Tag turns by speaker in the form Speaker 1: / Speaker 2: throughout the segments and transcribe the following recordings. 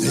Speaker 1: des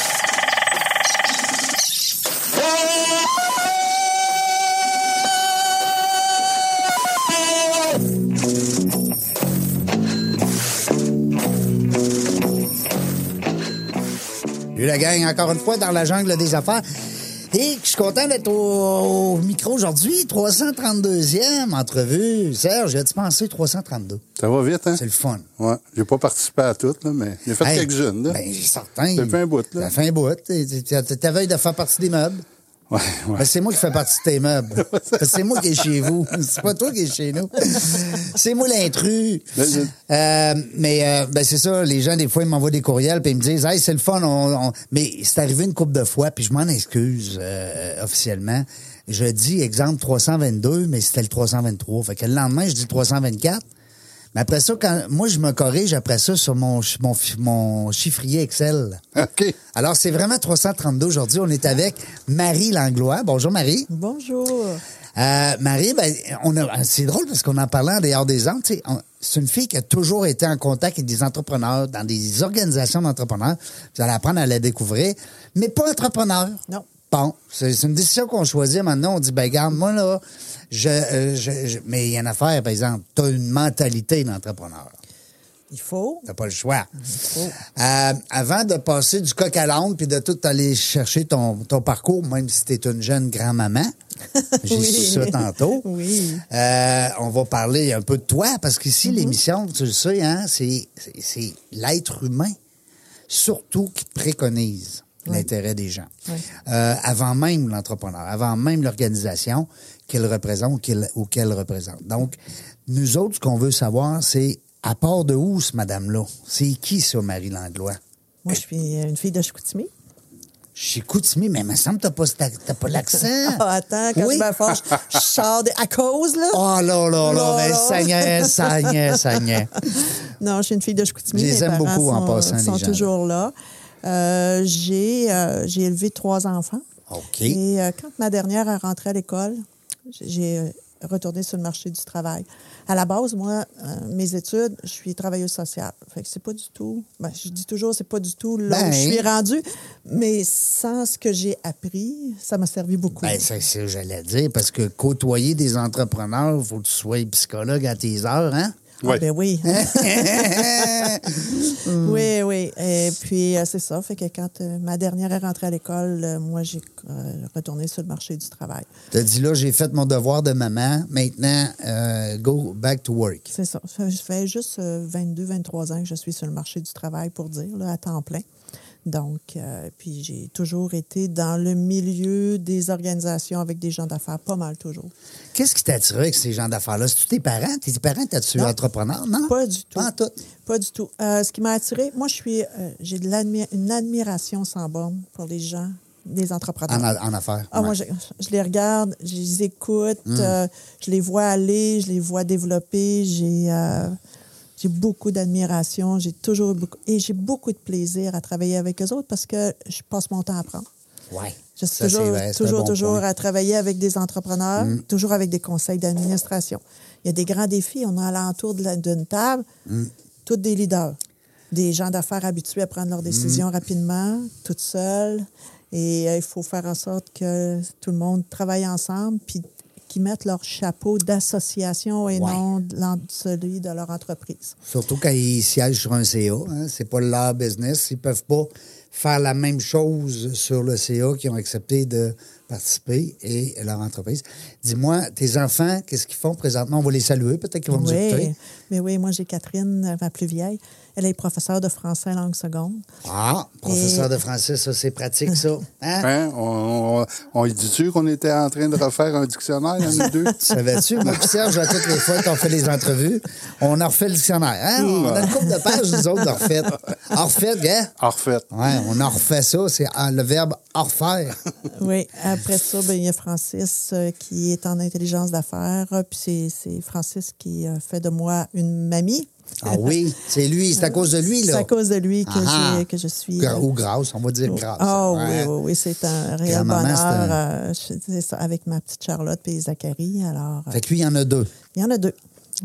Speaker 2: la gang, encore une fois, dans la jungle des affaires. Et je suis content d'être au, au micro aujourd'hui. 332e entrevue. Serge, j'ai-tu pensé 332?
Speaker 3: Ça va vite, hein?
Speaker 2: C'est le fun.
Speaker 3: Ouais. J'ai pas participé à toutes, là, mais j'ai fait
Speaker 2: Hey,
Speaker 3: quelques-unes, là.
Speaker 2: Ben, certain.
Speaker 3: Ça fait un bout, là.
Speaker 2: Ça fait un bout. T'avais de faire partie des meubles.
Speaker 3: Ouais, ouais.
Speaker 2: Ben, c'est moi qui fais partie de tes meubles. Parce que c'est moi qui est chez vous. C'est pas toi qui est chez nous. C'est moi l'intrus.
Speaker 3: Ben, je-
Speaker 2: Euh, mais euh, ben, c'est ça, les gens, des fois, ils m'envoient des courriels puis ils me disent Hey, c'est le fun, on, on- mais c'est arrivé une couple de fois, puis je m'en excuse euh, officiellement. Je dis exemple 322, mais c'était le 323. Fait que le lendemain, je dis 324. Mais après ça, quand moi je me corrige après ça sur mon chi- mon, fi- mon chiffrier Excel.
Speaker 3: OK.
Speaker 2: Alors, c'est vraiment 332 aujourd'hui. On est avec Marie Langlois. Bonjour, Marie.
Speaker 4: Bonjour.
Speaker 2: Euh, Marie, ben, on a, c'est drôle parce qu'on en parlait en dehors des ans. tu sais, on- C'est une fille qui a toujours été en contact avec des entrepreneurs, dans des organisations d'entrepreneurs. Vous allez apprendre à la découvrir, mais pas entrepreneur.
Speaker 4: Non.
Speaker 2: Bon, c'est c'est une décision qu'on choisit maintenant. On dit, ben, garde, moi, là, je, euh, je- je- mais il y a une affaire, par exemple, tu as une mentalité d'entrepreneur.
Speaker 4: Il faut.
Speaker 2: T'as pas le choix.
Speaker 4: Oh.
Speaker 2: Euh, avant de passer du coq à l'âne puis de tout aller chercher ton, ton parcours, même si tu es une jeune grand-maman, j'ai
Speaker 4: Oui.
Speaker 2: su ça tantôt.
Speaker 4: Oui.
Speaker 2: Euh, on va parler un peu de toi, parce qu'ici,
Speaker 4: Mhm.
Speaker 2: l'émission, tu le sais, hein, c'est, c'est, c'est l'être humain, surtout, qui préconise
Speaker 4: Oui.
Speaker 2: l'intérêt des gens.
Speaker 4: Oui.
Speaker 2: Euh, avant même l'entrepreneur, avant même l'organisation qu'il représente ou qu'il- ou qu'elle représente. Donc, nous autres, ce qu'on veut savoir, c'est à part de où, ce madame-là? C'est qui, ça, Marie Langlois?
Speaker 4: Moi, je suis une fille de Chicoutimi.
Speaker 2: Chicoutimi, mais il me semble que t'as pas, cet ac- t'as pas l'accent.
Speaker 4: Ah, attends, quand
Speaker 2: Oui.
Speaker 4: je me fâche, je sors des... à cause, là.
Speaker 2: Oh là là là,
Speaker 4: Là,
Speaker 2: ben,
Speaker 4: là.
Speaker 2: saignait, saignait, saignait.
Speaker 4: Non, je suis une fille de Chicoutimi.
Speaker 2: Je les
Speaker 4: Mes
Speaker 2: aime
Speaker 4: parents
Speaker 2: beaucoup, en
Speaker 4: sont,
Speaker 2: passant, les
Speaker 4: sont
Speaker 2: gens.
Speaker 4: toujours là. Euh, j'ai, euh, j'ai élevé trois enfants.
Speaker 2: OK.
Speaker 4: Et euh, quand ma dernière est rentrée à l'école, j'ai- j'ai euh, retourné sur le marché du travail. À la base, moi, euh, mes études, je suis travailleuse sociale. Fait que c'est pas du tout. ben, je dis toujours, c'est pas du tout là
Speaker 2: Ben.
Speaker 4: où je suis rendue. Mais sans ce que j'ai appris, ça m'a servi beaucoup.
Speaker 2: Ben, c'est ça que j'allais dire, parce que côtoyer des entrepreneurs, il faut que tu sois psychologue à tes heures, hein?
Speaker 4: Ah,
Speaker 3: Ouais.
Speaker 4: ben oui. Oui, oui. Et puis, euh, c'est ça. Fait que quand euh, ma dernière est rentrée à l'école, euh, moi, j'ai euh, retourné sur le marché du travail.
Speaker 2: T'as dit là, j'ai fait mon devoir de maman, maintenant, euh, go back to work.
Speaker 4: C'est ça. Ça fait- Je fais juste euh, 22, 23 ans que je suis sur le marché du travail, pour dire, là, à temps plein. Donc, euh, puis j'ai toujours été dans le milieu des organisations avec des gens d'affaires, pas mal toujours.
Speaker 2: Qu'est-ce qui t'attirait avec ces gens d'affaires-là? C'est-tu tes parents? Tes parents, t'as-tu
Speaker 4: Non.
Speaker 2: entrepreneur? Non?
Speaker 4: Ah, Pas du tout.
Speaker 2: Pas en tout.
Speaker 4: Pas du tout. Euh, ce qui m'a attiré, moi, je suis, euh, j'ai de l'admi- une admiration sans borne pour les gens, des entrepreneurs.
Speaker 2: En, en affaires.
Speaker 4: Ah,
Speaker 2: ouais.
Speaker 4: Moi, je, je les regarde, je les écoute, euh, je les vois aller, je les vois développer. J'ai euh, j'ai beaucoup d'admiration, j'ai toujours beaucoup. Et j'ai beaucoup de plaisir à travailler avec eux autres parce que je passe mon temps à apprendre.
Speaker 2: Ouais.
Speaker 4: Je
Speaker 2: Ça,
Speaker 4: suis
Speaker 2: c'est
Speaker 4: toujours,
Speaker 2: vrai, c'est un
Speaker 4: toujours,
Speaker 2: bon
Speaker 4: toujours
Speaker 2: point. Mm.
Speaker 4: à travailler avec des entrepreneurs, toujours avec des conseils d'administration. Il y a des grands défis. On est alentour de la- d'une table,
Speaker 2: Mm.
Speaker 4: tous des leaders, des gens d'affaires habitués à prendre leurs
Speaker 2: Mm.
Speaker 4: décisions rapidement, toutes seules. Et euh, il faut faire en sorte que tout le monde travaille ensemble, puis qu'ils mettent leur chapeau d'association et
Speaker 2: Ouais.
Speaker 4: non de l'en- celui de leur entreprise.
Speaker 2: Surtout quand ils siègent sur un CA. Hein? C'est pas leur business. Ils peuvent pas faire la même chose sur le CA qui ont accepté de participer et leur entreprise. Dis-moi, tes enfants, qu'est-ce qu'ils font présentement? On va les saluer, peut-être qu'ils vont nous
Speaker 4: Oui,
Speaker 2: écouter.
Speaker 4: mais oui, moi j'ai Catherine, euh, ma plus vieille. Elle est professeure de français langue seconde.
Speaker 2: Ah, professeur
Speaker 4: Et-
Speaker 2: de français, ça, c'est pratique, ça. Hein?
Speaker 3: Hein? On, on, on y dit-tu qu'on était en train de refaire un dictionnaire, là, nous deux?
Speaker 2: Savais-tu? Moi, puis Serge, à toutes les fois qu'on fait les entrevues, on en refait le dictionnaire. Hein? On a une couple de pages, nous autres, en refait. En refait, hein?
Speaker 3: En refait.
Speaker 2: Ouais, on en refait ça. C'est ah, le verbe à refaire.
Speaker 4: Oui, après ça, ben, il y a Francis euh, qui est en intelligence d'affaires. euh, Puis c'est- c'est Francis qui euh, fait de moi une mamie.
Speaker 2: Ah oui, c'est lui, c'est à cause de lui,
Speaker 4: C'est
Speaker 2: là.
Speaker 4: à cause de lui que,
Speaker 2: Ah ah.
Speaker 4: j'ai- que je suis.
Speaker 2: Gra-
Speaker 4: euh,
Speaker 2: Ou grâce, on va dire grâce.
Speaker 4: Ah
Speaker 2: Ouais.
Speaker 4: oui, oui, oui, c'est un réel
Speaker 2: Grand-maman,
Speaker 4: bonheur.
Speaker 2: c'est
Speaker 4: euh, je- c'est ça, avec ma petite Charlotte et Zachary. Alors, euh,
Speaker 2: Fait que lui, il y en a deux.
Speaker 4: il y en a deux.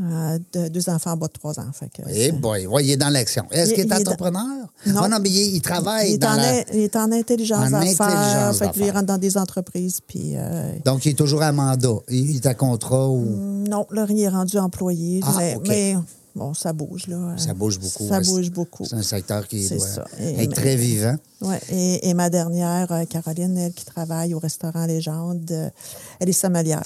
Speaker 4: Euh, deux, deux enfants en bas de trois ans. Fait que
Speaker 2: Eh
Speaker 4: c'est-
Speaker 2: boy, ouais, il est dans l'action. Est-ce
Speaker 4: Il-
Speaker 2: qu'il est,
Speaker 4: il est dans-
Speaker 2: entrepreneur?
Speaker 4: Non.
Speaker 2: Ah non, mais il, il travaille
Speaker 4: il, est
Speaker 2: dans
Speaker 4: en,
Speaker 2: la...
Speaker 4: in- il est en intelligence
Speaker 2: En
Speaker 4: d'affaires.
Speaker 2: intelligence
Speaker 4: Fait que lui, il
Speaker 2: d'affaires.
Speaker 4: rentre dans des entreprises. Puis euh,
Speaker 2: Donc, il est toujours à mandat. Il, il est à contrat ou...
Speaker 4: non, là, il est rendu employé.
Speaker 2: Ah,
Speaker 4: mais,
Speaker 2: OK.
Speaker 4: mais, bon, ça bouge. Là,
Speaker 2: Ça bouge beaucoup.
Speaker 4: Ça
Speaker 2: hein.
Speaker 4: bouge beaucoup.
Speaker 2: C'est un secteur qui
Speaker 4: C'est
Speaker 2: doit
Speaker 4: ça. Et-
Speaker 2: être très vivant.
Speaker 4: Ouais, et, et ma dernière, euh, Caroline, elle qui travaille au restaurant Légende, euh, elle est sommelière.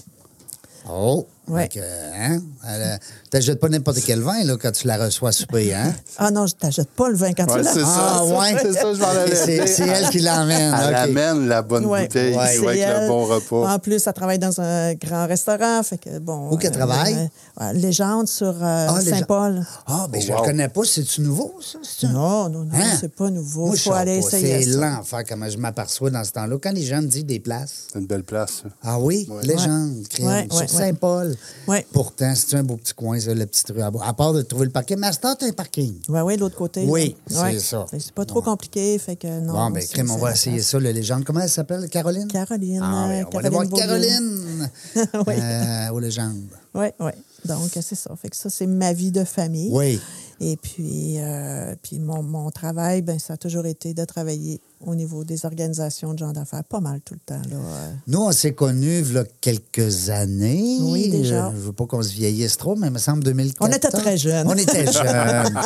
Speaker 2: Oh!
Speaker 4: Ouais.
Speaker 2: Fait que, hein? Elle, euh, t'achètes pas n'importe quel vin là, quand tu la reçois souper, hein?
Speaker 4: Ah non, je t'achète pas le vin quand tu
Speaker 3: Ouais,
Speaker 4: l'as.
Speaker 3: c'est
Speaker 2: ah
Speaker 3: ça,
Speaker 2: ouais?
Speaker 3: c'est ça, je m'en allais
Speaker 2: C'est
Speaker 3: dire.
Speaker 2: c'est elle qui l'emmène.
Speaker 3: Elle
Speaker 2: Ah, ok.
Speaker 3: amène la bonne
Speaker 4: Ah, Ouais.
Speaker 3: bouteille
Speaker 2: Ouais. Ah.
Speaker 3: qui
Speaker 4: C'est
Speaker 3: va être
Speaker 4: elle.
Speaker 3: le bon repas.
Speaker 4: En plus, elle travaille dans un grand restaurant. Fait que, bon, euh,
Speaker 2: Où qu'elle travaille?
Speaker 4: ouais, Légende sur euh,
Speaker 2: Ah, les gens-
Speaker 4: Saint-Paul.
Speaker 2: Ah, ben je
Speaker 3: Wow.
Speaker 2: la connais pas. C'est-tu nouveau, ça? C'est-tu un-
Speaker 4: Non, non, non,
Speaker 2: Hein?
Speaker 4: c'est pas nouveau.
Speaker 2: Moi,
Speaker 4: Il
Speaker 2: je
Speaker 4: faut
Speaker 2: sors
Speaker 4: aller
Speaker 2: pas.
Speaker 4: essayer.
Speaker 2: C'est
Speaker 4: ça.
Speaker 2: l'enfer comment je m'aperçois dans ce temps-là. Quand les gens me disent des places,
Speaker 3: C'est une belle place. ça.
Speaker 2: ah oui, légende, crime,
Speaker 4: Ouais,
Speaker 2: sur
Speaker 4: ouais,
Speaker 2: Saint-Paul.
Speaker 4: Ouais.
Speaker 2: Pourtant, c'est un beau petit coin, ça, la petite rue à bas. À part de trouver le parking, Master, t'as un parking.
Speaker 4: Ouais, oui, de l'autre côté.
Speaker 2: Oui,
Speaker 4: là.
Speaker 2: c'est
Speaker 4: Ouais.
Speaker 2: ça.
Speaker 4: Fait que C'est pas trop
Speaker 2: Ouais.
Speaker 4: compliqué. Fait que, non,
Speaker 2: bon, ben,
Speaker 4: c'est-
Speaker 2: crime, on
Speaker 4: c'est
Speaker 2: va
Speaker 4: la
Speaker 2: essayer
Speaker 4: place.
Speaker 2: ça, la légende. Comment elle s'appelle, Caroline?
Speaker 4: Caroline.
Speaker 2: Ah, ouais, on va aller voir Caroline
Speaker 4: Oui.
Speaker 2: euh, aux légendes.
Speaker 4: Oui, oui. Donc, c'est ça. Fait que ça, c'est ma vie de famille.
Speaker 2: Oui.
Speaker 4: Et puis, euh, puis mon, mon travail, ben, ça a toujours été de travailler au niveau des organisations de gens d'affaires, pas mal tout le temps. Là. euh.
Speaker 2: Nous, on s'est connus il y a quelques années.
Speaker 4: Oui, déjà.
Speaker 2: Euh, Je ne veux pas qu'on se vieillisse trop, mais il me semble 2014.
Speaker 4: On était très jeunes.
Speaker 2: On était jeunes.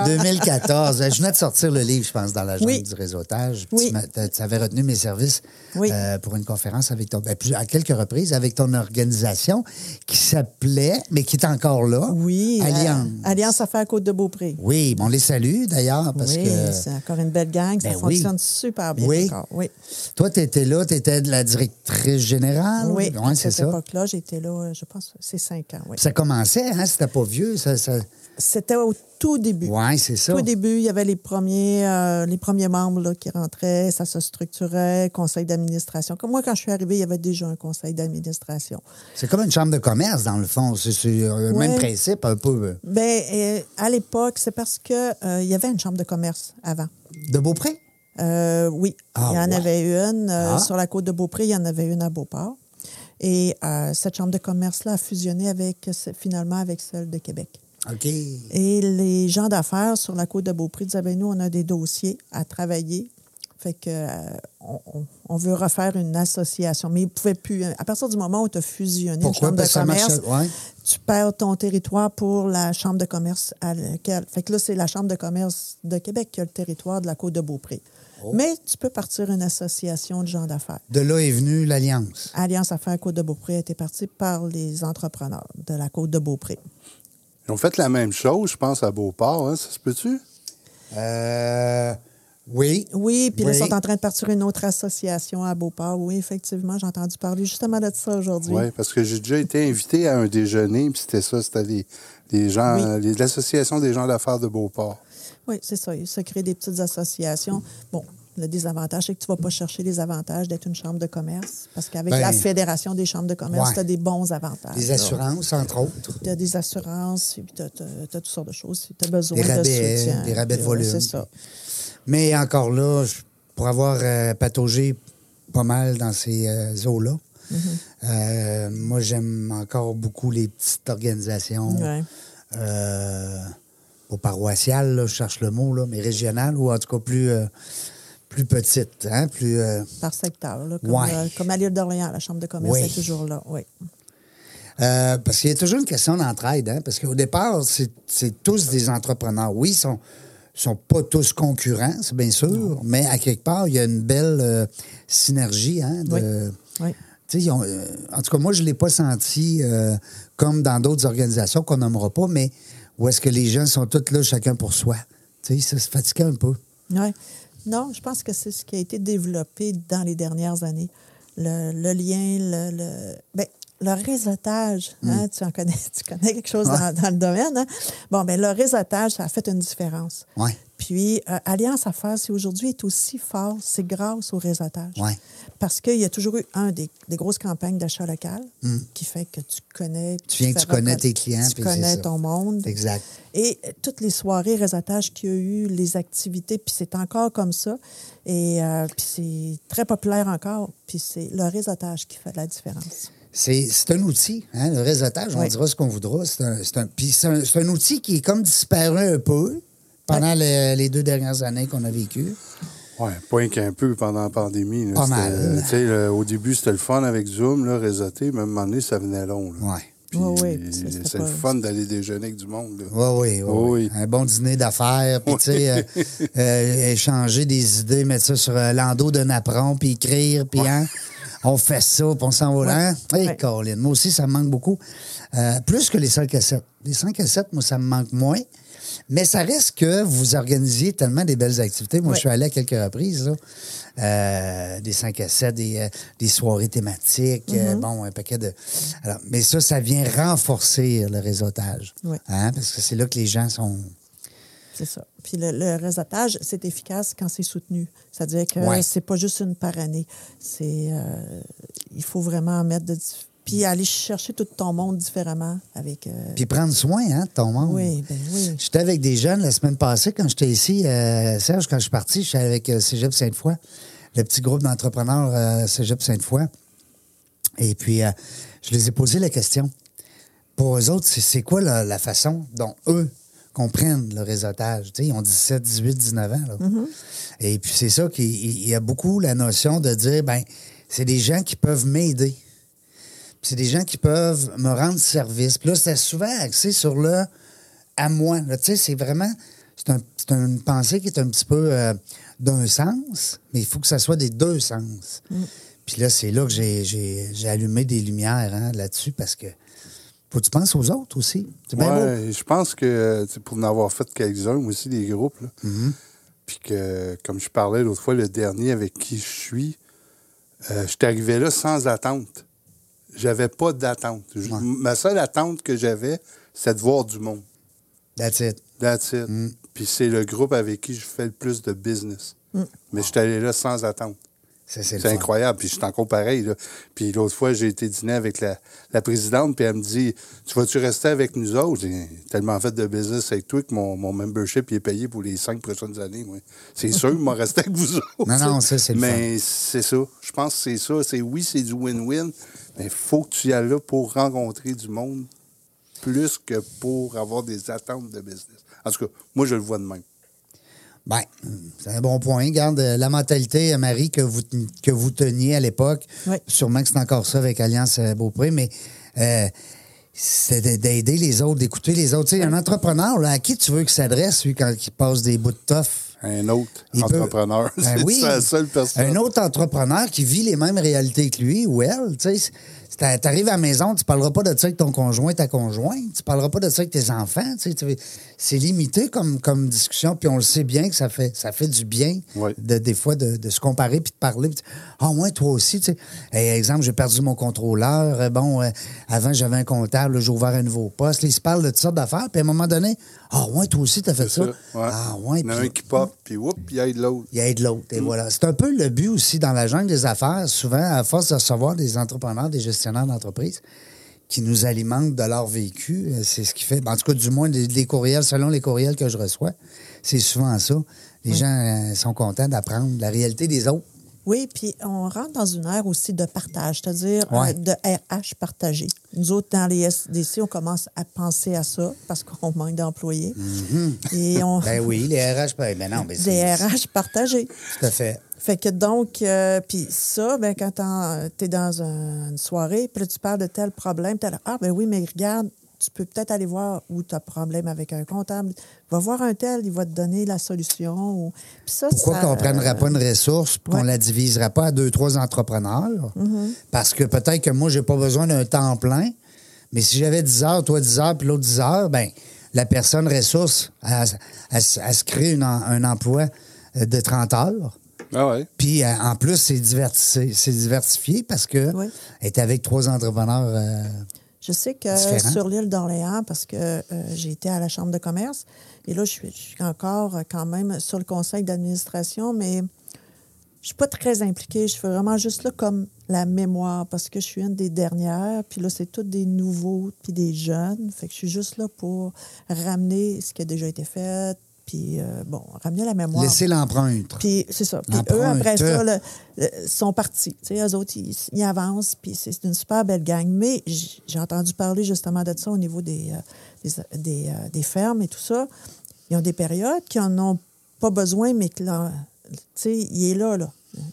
Speaker 2: 2014. Euh, Je venais de sortir le livre, je pense, dans la journée
Speaker 4: Oui.
Speaker 2: du réseautage. Puis
Speaker 4: Oui.
Speaker 2: Tu, m'as- t'as- tu avais retenu mes services
Speaker 4: Oui.
Speaker 2: euh, pour une conférence avec ton, ben, plus- à quelques reprises avec ton organisation qui s'appelait, mais qui est encore là.
Speaker 4: Oui. euh,
Speaker 2: Alliance.
Speaker 4: Alliance Affaires Côte de Beaupré.
Speaker 2: Oui, bon, on les salue d'ailleurs parce
Speaker 4: oui,
Speaker 2: que.
Speaker 4: c'est encore une belle gang. ça
Speaker 2: Ben oui.
Speaker 4: fonctionne super bien
Speaker 2: Oui.
Speaker 4: encore. Oui,
Speaker 2: Toi, tu étais là, tu étais la directrice générale.
Speaker 4: oui.
Speaker 2: Ah, Ouais,
Speaker 4: à
Speaker 2: c'est
Speaker 4: cette
Speaker 2: ça.
Speaker 4: époque-là, j'étais là, je pense, c'est cinq ans. Oui.
Speaker 2: Puis Ça commençait, hein, c'était pas vieux. Ça, ça...
Speaker 4: C'était au tout début.
Speaker 2: Oui, c'est ça.
Speaker 4: Tout début, il y avait les premiers, euh, les premiers membres là, qui rentraient, ça se structurait, conseil d'administration. Comme moi, quand je suis arrivée, il y avait déjà un conseil d'administration.
Speaker 2: C'est comme une chambre de commerce, dans le fond. C'est c'est, euh, le
Speaker 4: Ouais.
Speaker 2: même principe, un peu. euh,
Speaker 4: Ben, euh, à l'époque, c'est parce que euh, il y avait une chambre de commerce avant.
Speaker 2: De Beaupré?
Speaker 4: Euh, oui,
Speaker 2: Ah,
Speaker 4: il y en
Speaker 2: ouais.
Speaker 4: avait une euh,
Speaker 2: Ah.
Speaker 4: sur la côte de Beaupré, il y en avait une à Beauport. Et euh, cette chambre de commerce-là a fusionné avec, ce- finalement avec celle de Québec.
Speaker 2: OK.
Speaker 4: Et les gens d'affaires sur la côte de Beaupré disaient, ben, nous, on a des dossiers à travailler. Fait que euh, on, on- on veut refaire une association. Mais ils ne pouvaient plus. hein. À partir du moment où tu as fusionné
Speaker 2: Pourquoi?
Speaker 4: une chambre
Speaker 2: Parce
Speaker 4: de
Speaker 2: que ça marche.
Speaker 4: commerce,
Speaker 2: Ouais.
Speaker 4: tu perds ton territoire pour la Chambre de commerce à laquelle. Fait que là, c'est la Chambre de commerce de Québec qui a le territoire de la Côte de Beaupré.
Speaker 2: Oh.
Speaker 4: Mais tu peux partir une association de gens d'affaires.
Speaker 2: De là est venue l'Alliance.
Speaker 4: Alliance Affaires Côte de Beaupré a été partie par les entrepreneurs de la Côte de Beaupré.
Speaker 3: Ils ont fait la même chose, je pense, à Beauport. hein, Ça se peut-tu?
Speaker 2: Euh, oui.
Speaker 4: Oui, puis là, ils
Speaker 2: Oui.
Speaker 4: sont en train de partir une autre association à Beauport. Oui, effectivement, j'ai entendu parler justement de ça aujourd'hui.
Speaker 3: Oui, parce que j'ai déjà été invité à un déjeuner, puis c'était ça, c'était les, les gens,
Speaker 4: Oui.
Speaker 3: euh, les- l'association des gens d'affaires de Beauport.
Speaker 4: Oui, c'est ça. Il se crée des petites associations. Bon, le désavantage, c'est que tu ne vas pas chercher les avantages d'être une chambre de commerce. Parce qu'avec
Speaker 2: Ben,
Speaker 4: la Fédération des chambres de commerce,
Speaker 2: ouais.
Speaker 4: tu as des bons avantages.
Speaker 2: Les assurances, entre autres.
Speaker 4: Tu as des assurances, puis tu as, toutes sortes de choses. Tu as besoin
Speaker 2: Des
Speaker 4: de
Speaker 2: rabais,
Speaker 4: soutien.
Speaker 2: des rabais de
Speaker 4: Puis, euh,
Speaker 2: volume.
Speaker 4: C'est ça.
Speaker 2: Mais encore là, je- pour avoir euh, pataugé pas mal dans ces euh, eaux-là,
Speaker 4: Mm-hmm.
Speaker 2: euh, moi, j'aime encore beaucoup les petites organisations.
Speaker 4: Ouais.
Speaker 2: euh, pas paroissiales, là, je cherche le mot, là, mais régionales, ou en tout cas plus, euh, plus petites, hein, plus... euh,
Speaker 4: Par secteur. là, comme,
Speaker 2: Ouais.
Speaker 4: euh, comme à l'île d'Orléans, la chambre de commerce
Speaker 2: Oui.
Speaker 4: est toujours là. Oui.
Speaker 2: Euh, parce qu'il y a toujours une question d'entraide, hein? parce qu'au départ, c'est c'est tous des entrepreneurs. Oui, ils sont, sont pas tous concurrents, c'est bien sûr, mais à quelque part, il y a une belle euh, synergie. Hein, de-
Speaker 4: Oui. Oui.
Speaker 2: Tu sais, ils ont, euh, en tout cas, moi, je ne l'ai pas senti euh, comme dans d'autres organisations qu'on nommera pas, mais où est-ce que les gens sont tous là, chacun pour soi. Tu sais, ça se fatiguait un peu.
Speaker 4: Ouais. Non, je pense que c'est ce qui a été développé dans les dernières années. Le, le lien, le, le- ben, le réseautage,
Speaker 2: Hmm.
Speaker 4: hein, tu en connais, tu connais quelque chose dans, dans le domaine. hein? Bon, ben le réseautage, ça a fait une différence.
Speaker 2: Ouais.
Speaker 4: Puis euh, Alliance Affaires, si aujourd'hui est aussi fort, c'est grâce au réseautage.
Speaker 2: Ouais.
Speaker 4: Parce qu'il y a toujours eu, un, des, des grosses campagnes d'achat local qui fait que tu connais... puis
Speaker 2: Hmm. Tu viens,
Speaker 4: fais
Speaker 2: tu connais
Speaker 4: reconna-
Speaker 2: tes clients,
Speaker 4: Tu
Speaker 2: puis c'est
Speaker 4: connais
Speaker 2: ça.
Speaker 4: ton monde.
Speaker 2: Exact.
Speaker 4: Et euh, toutes les soirées réseautage qu'il y a eu, les activités, puis c'est encore comme ça. Et euh, puis c'est très populaire encore. Puis c'est le réseautage qui fait la différence.
Speaker 2: C'est c'est un outil, hein, le réseautage, on
Speaker 4: Oui.
Speaker 2: dira ce qu'on voudra. C'est un, c'est un- puis c'est un- c'est un outil qui est comme disparu un peu pendant le- les deux dernières années qu'on a vécues.
Speaker 3: Oui, pas qu'un peu pendant la pandémie. là.
Speaker 2: Pas
Speaker 3: C'était,
Speaker 2: mal.
Speaker 3: euh, tu sais, le- au début, c'était le fun avec Zoom, là, réseauté, mais à un moment donné, ça venait long. là.
Speaker 2: Ouais.
Speaker 3: Puis,
Speaker 4: Ouais, ouais, puis ça, c'était
Speaker 3: c'est le
Speaker 4: pas-
Speaker 3: fun d'aller déjeuner avec du monde. là.
Speaker 2: Oui, oui, oui.
Speaker 3: Oui.
Speaker 2: Un bon dîner d'affaires, puis tu sais, euh, euh, échanger des idées, mettre ça sur euh, l'endos d'un apron, puis écrire, puis hein, on fait ça, puis on s'en va
Speaker 4: Ouais.
Speaker 2: là. Hey,
Speaker 4: Ouais.
Speaker 2: Colin, moi aussi, ça me manque beaucoup. Euh, plus que les 5 cassettes. Les 5 cassettes, moi, ça me manque moins. Mais ça reste que vous organisiez tellement des belles activités. Moi,
Speaker 4: Ouais.
Speaker 2: je suis allé à quelques reprises, là. Euh, des 5 à 7, des, euh, des soirées thématiques, euh,
Speaker 4: Mm-hmm.
Speaker 2: bon, un paquet de. Alors, mais ça, ça vient renforcer le réseautage.
Speaker 4: Oui.
Speaker 2: Hein, Parce que c'est là que les gens sont.
Speaker 4: C'est ça. Puis le, le réseautage, c'est efficace quand c'est soutenu. C'est-à-dire que
Speaker 2: Ouais.
Speaker 4: c'est pas juste une par année. C'est, euh, il faut vraiment mettre de... diff- Puis aller chercher tout ton monde différemment avec... euh,
Speaker 2: Puis prendre soin, hein, de ton monde.
Speaker 4: Oui, ben oui.
Speaker 2: J'étais avec des jeunes la semaine passée, quand j'étais ici, euh, Serge, quand je suis parti, j'étais avec euh, Cégep Sainte-Foy, le petit groupe d'entrepreneurs euh, Cégep Sainte-Foy. Et puis, euh, je les ai posé la question. Pour eux autres, c'est- c'est quoi la, la façon dont eux comprennent le réseautage? Tu sais, ils ont 17, 18, 19 ans. là. Et puis, c'est ça qu'il il- il y a beaucoup la notion de dire, ben c'est des gens qui peuvent m'aider. Puis C'est des gens qui peuvent me rendre service. Puis là, c'est souvent axé sur le à moi. Là, Tu sais, c'est vraiment. C'est un- c'est une pensée qui est un petit peu euh, d'un sens, mais il faut que ça soit des deux sens. Puis là, c'est là que j'ai- j'ai j'ai allumé des lumières hein, là-dessus parce que faut que tu penses aux autres aussi. C'est bien beau.
Speaker 3: Ouais, je pense que euh, tu sais, pour en avoir fait quelques-uns, moi aussi, des groupes, là,
Speaker 2: Mm-hmm.
Speaker 3: puis que, comme je parlais l'autre fois, le dernier avec qui je suis, euh, je suis arrivé là sans attente. J'avais pas d'attente. Je-
Speaker 2: Ouais.
Speaker 3: Ma seule attente que j'avais, c'est de voir du monde.
Speaker 2: That's it.
Speaker 3: That's it. Puis c'est le groupe avec qui je fais le plus de business. Mais je suis allé là sans attente.
Speaker 2: Ça, C'est le
Speaker 3: C'est
Speaker 2: fun.
Speaker 3: incroyable. Puis je suis encore pareil. là. Puis l'autre fois, j'ai été dîner avec la, la présidente, puis elle me dit Tu vas-tu rester avec nous autres J'ai tellement fait de business avec toi que mon, mon membership il est payé pour les cinq prochaines années. moi. C'est sûr, il m'a resté avec vous autres.
Speaker 2: Non, non, ça, c'est le
Speaker 3: Mais c'est ça. Je pense que c'est ça. C'est oui, c'est du win-win, mais il faut que tu y ailles là pour rencontrer du monde plus que pour avoir des attentes de business. En tout cas, moi, je le vois de même.
Speaker 2: Ben, c'est un bon point. Garde la mentalité, euh, Marie, que vous, ten- que vous teniez à l'époque.
Speaker 4: Oui.
Speaker 2: Sûrement que c'est encore ça avec Alliance euh, Beaupré, mais euh, c'est de- d'aider les autres, d'écouter les autres. Tu sais, un entrepreneur, là, à qui tu veux qu'il s'adresse, lui, quand il passe des bouts de toffe?
Speaker 3: Un autre
Speaker 2: Il peut-
Speaker 3: entrepreneur.
Speaker 2: Ben
Speaker 3: c'est
Speaker 2: oui.
Speaker 3: la seule personne.
Speaker 2: Un autre entrepreneur qui vit les mêmes réalités que lui ou elle. Tu sais, c'est- t'arrives à la maison, tu parleras pas de ça avec ton conjoint, ta conjointe. Tu parleras pas de ça avec tes enfants. tu sais, tu- c'est limité comme, comme discussion, puis on le sait bien que ça fait, ça fait du bien
Speaker 3: Ouais.
Speaker 2: de, des fois de, de se comparer puis de parler. puis tu- Ah, ouais, toi aussi, tu sais. Hey, exemple, j'ai perdu mon contrôleur. Euh, Bon, euh, avant, j'avais un comptable, là, j'ai ouvert un nouveau poste. Là, Ils se parlent de toutes sortes d'affaires, puis à un moment donné, ah, ouais, toi aussi, t'as fait ça.
Speaker 3: C'est ça, ouais.
Speaker 2: Ah, ouais,
Speaker 3: Il y en a
Speaker 2: puis-
Speaker 3: un qui pop, puis whoop, il aide l'autre.
Speaker 2: il aide l'autre. Et voilà. C'est un peu le but aussi dans la jungle des affaires, souvent, à force de recevoir des entrepreneurs, des gestionnaires d'entreprise qui nous alimentent de leur vécu. Euh, C'est ce qui fait, en tout cas, du moins, les, les courriels, selon les courriels que je reçois, c'est souvent ça. Les gens euh, sont contents d'apprendre la réalité des autres.
Speaker 4: Oui, puis on rentre dans une ère aussi de partage, c'est-à-dire
Speaker 2: Ouais.
Speaker 4: euh, de RH partagé. Nous autres, dans les SDC, on commence à penser à ça parce qu'on manque d'employés. Et on...
Speaker 2: Ben oui, les RH, ben ben non, mais
Speaker 4: Des
Speaker 2: c'est
Speaker 4: RH partagés.
Speaker 2: tout à fait.
Speaker 4: Fait que donc, euh, puis ça, ben, quand t'en- t'es dans un- une soirée, puis là, tu parles de tel problème, tel. Ah, ben oui, mais regarde, tu peux peut-être aller voir où tu as problème avec un comptable. Va voir un tel, il va te donner la solution. Ou... Puis ça,
Speaker 2: Pourquoi
Speaker 4: ça- euh,
Speaker 2: qu'on ne prendra pas une ressource, puis qu'on
Speaker 4: ouais. Mm-hmm.
Speaker 2: la divisera pas à deux, trois entrepreneurs? Parce que peut-être que moi, j'ai pas besoin d'un temps plein, mais si j'avais 10 heures, toi 10 heures, puis l'autre 10 heures, ben la personne ressource, elle, elle- elle se crée une en- un emploi euh, de 30 heures.
Speaker 3: Ah ouais.
Speaker 2: Puis euh, en plus, c'est diverti- c'est diversifié parce que
Speaker 4: Oui.
Speaker 2: elle est avec trois entrepreneurs. euh,
Speaker 4: Je sais que
Speaker 2: Différent.
Speaker 4: sur l'île d'Orléans, parce que euh, j'ai été à la Chambre de commerce, et là, je suis, je suis encore euh, quand même sur le conseil d'administration, mais je suis pas très impliquée. Je fais vraiment juste là comme la mémoire, parce que je suis une des dernières, puis là, c'est toutes des nouveaux, puis des jeunes. Fait que je suis juste là pour ramener ce qui a déjà été fait, puis, euh, bon, ramener la mémoire.
Speaker 2: laisser l'empreinte.
Speaker 4: Puis c'est ça. Puis
Speaker 2: L'empreinte.
Speaker 4: eux, après ça, là, le- sont partis. Tu sais, eux autres, ils, ils avancent, puis c'est c'est une super belle gang. Mais j- j'ai entendu parler justement de ça au niveau des, euh, des, des, euh, des fermes et tout ça. Ils ont des périodes qui en ont pas besoin, mais que là, tu sais, il est là, là.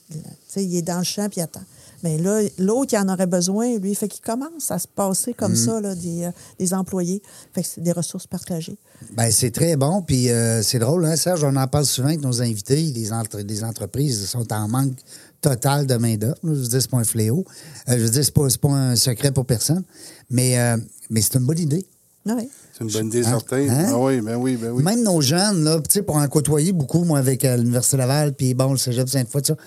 Speaker 4: Tu sais, il est dans le champ, puis il attend. Mais là, l'autre qui en aurait besoin, lui, fait qu'il commence à se passer comme ça, là, des, euh, des employés. Fait que c'est des ressources partagées.
Speaker 2: Ben, c'est très bon. Puis euh, c'est drôle, hein, Serge? On en parle souvent avec nos invités. Les, entre- les entreprises sont en manque total de main-d'œuvre. Je veux dire, c'est pas un fléau. Euh, je veux dire, c'est pas, c'est pas un secret pour personne. Mais, euh, mais c'est une bonne idée.
Speaker 4: Oui.
Speaker 3: C'est une bonne idée,
Speaker 2: Hein?
Speaker 3: certaine.
Speaker 2: Hein?
Speaker 3: Ah oui, ben oui, ben oui.
Speaker 2: Même nos jeunes, là, tu sais, pour en côtoyer beaucoup, moi, avec euh, l'Université Laval, puis bon, le Cégep Sainte-Foy, tout ça.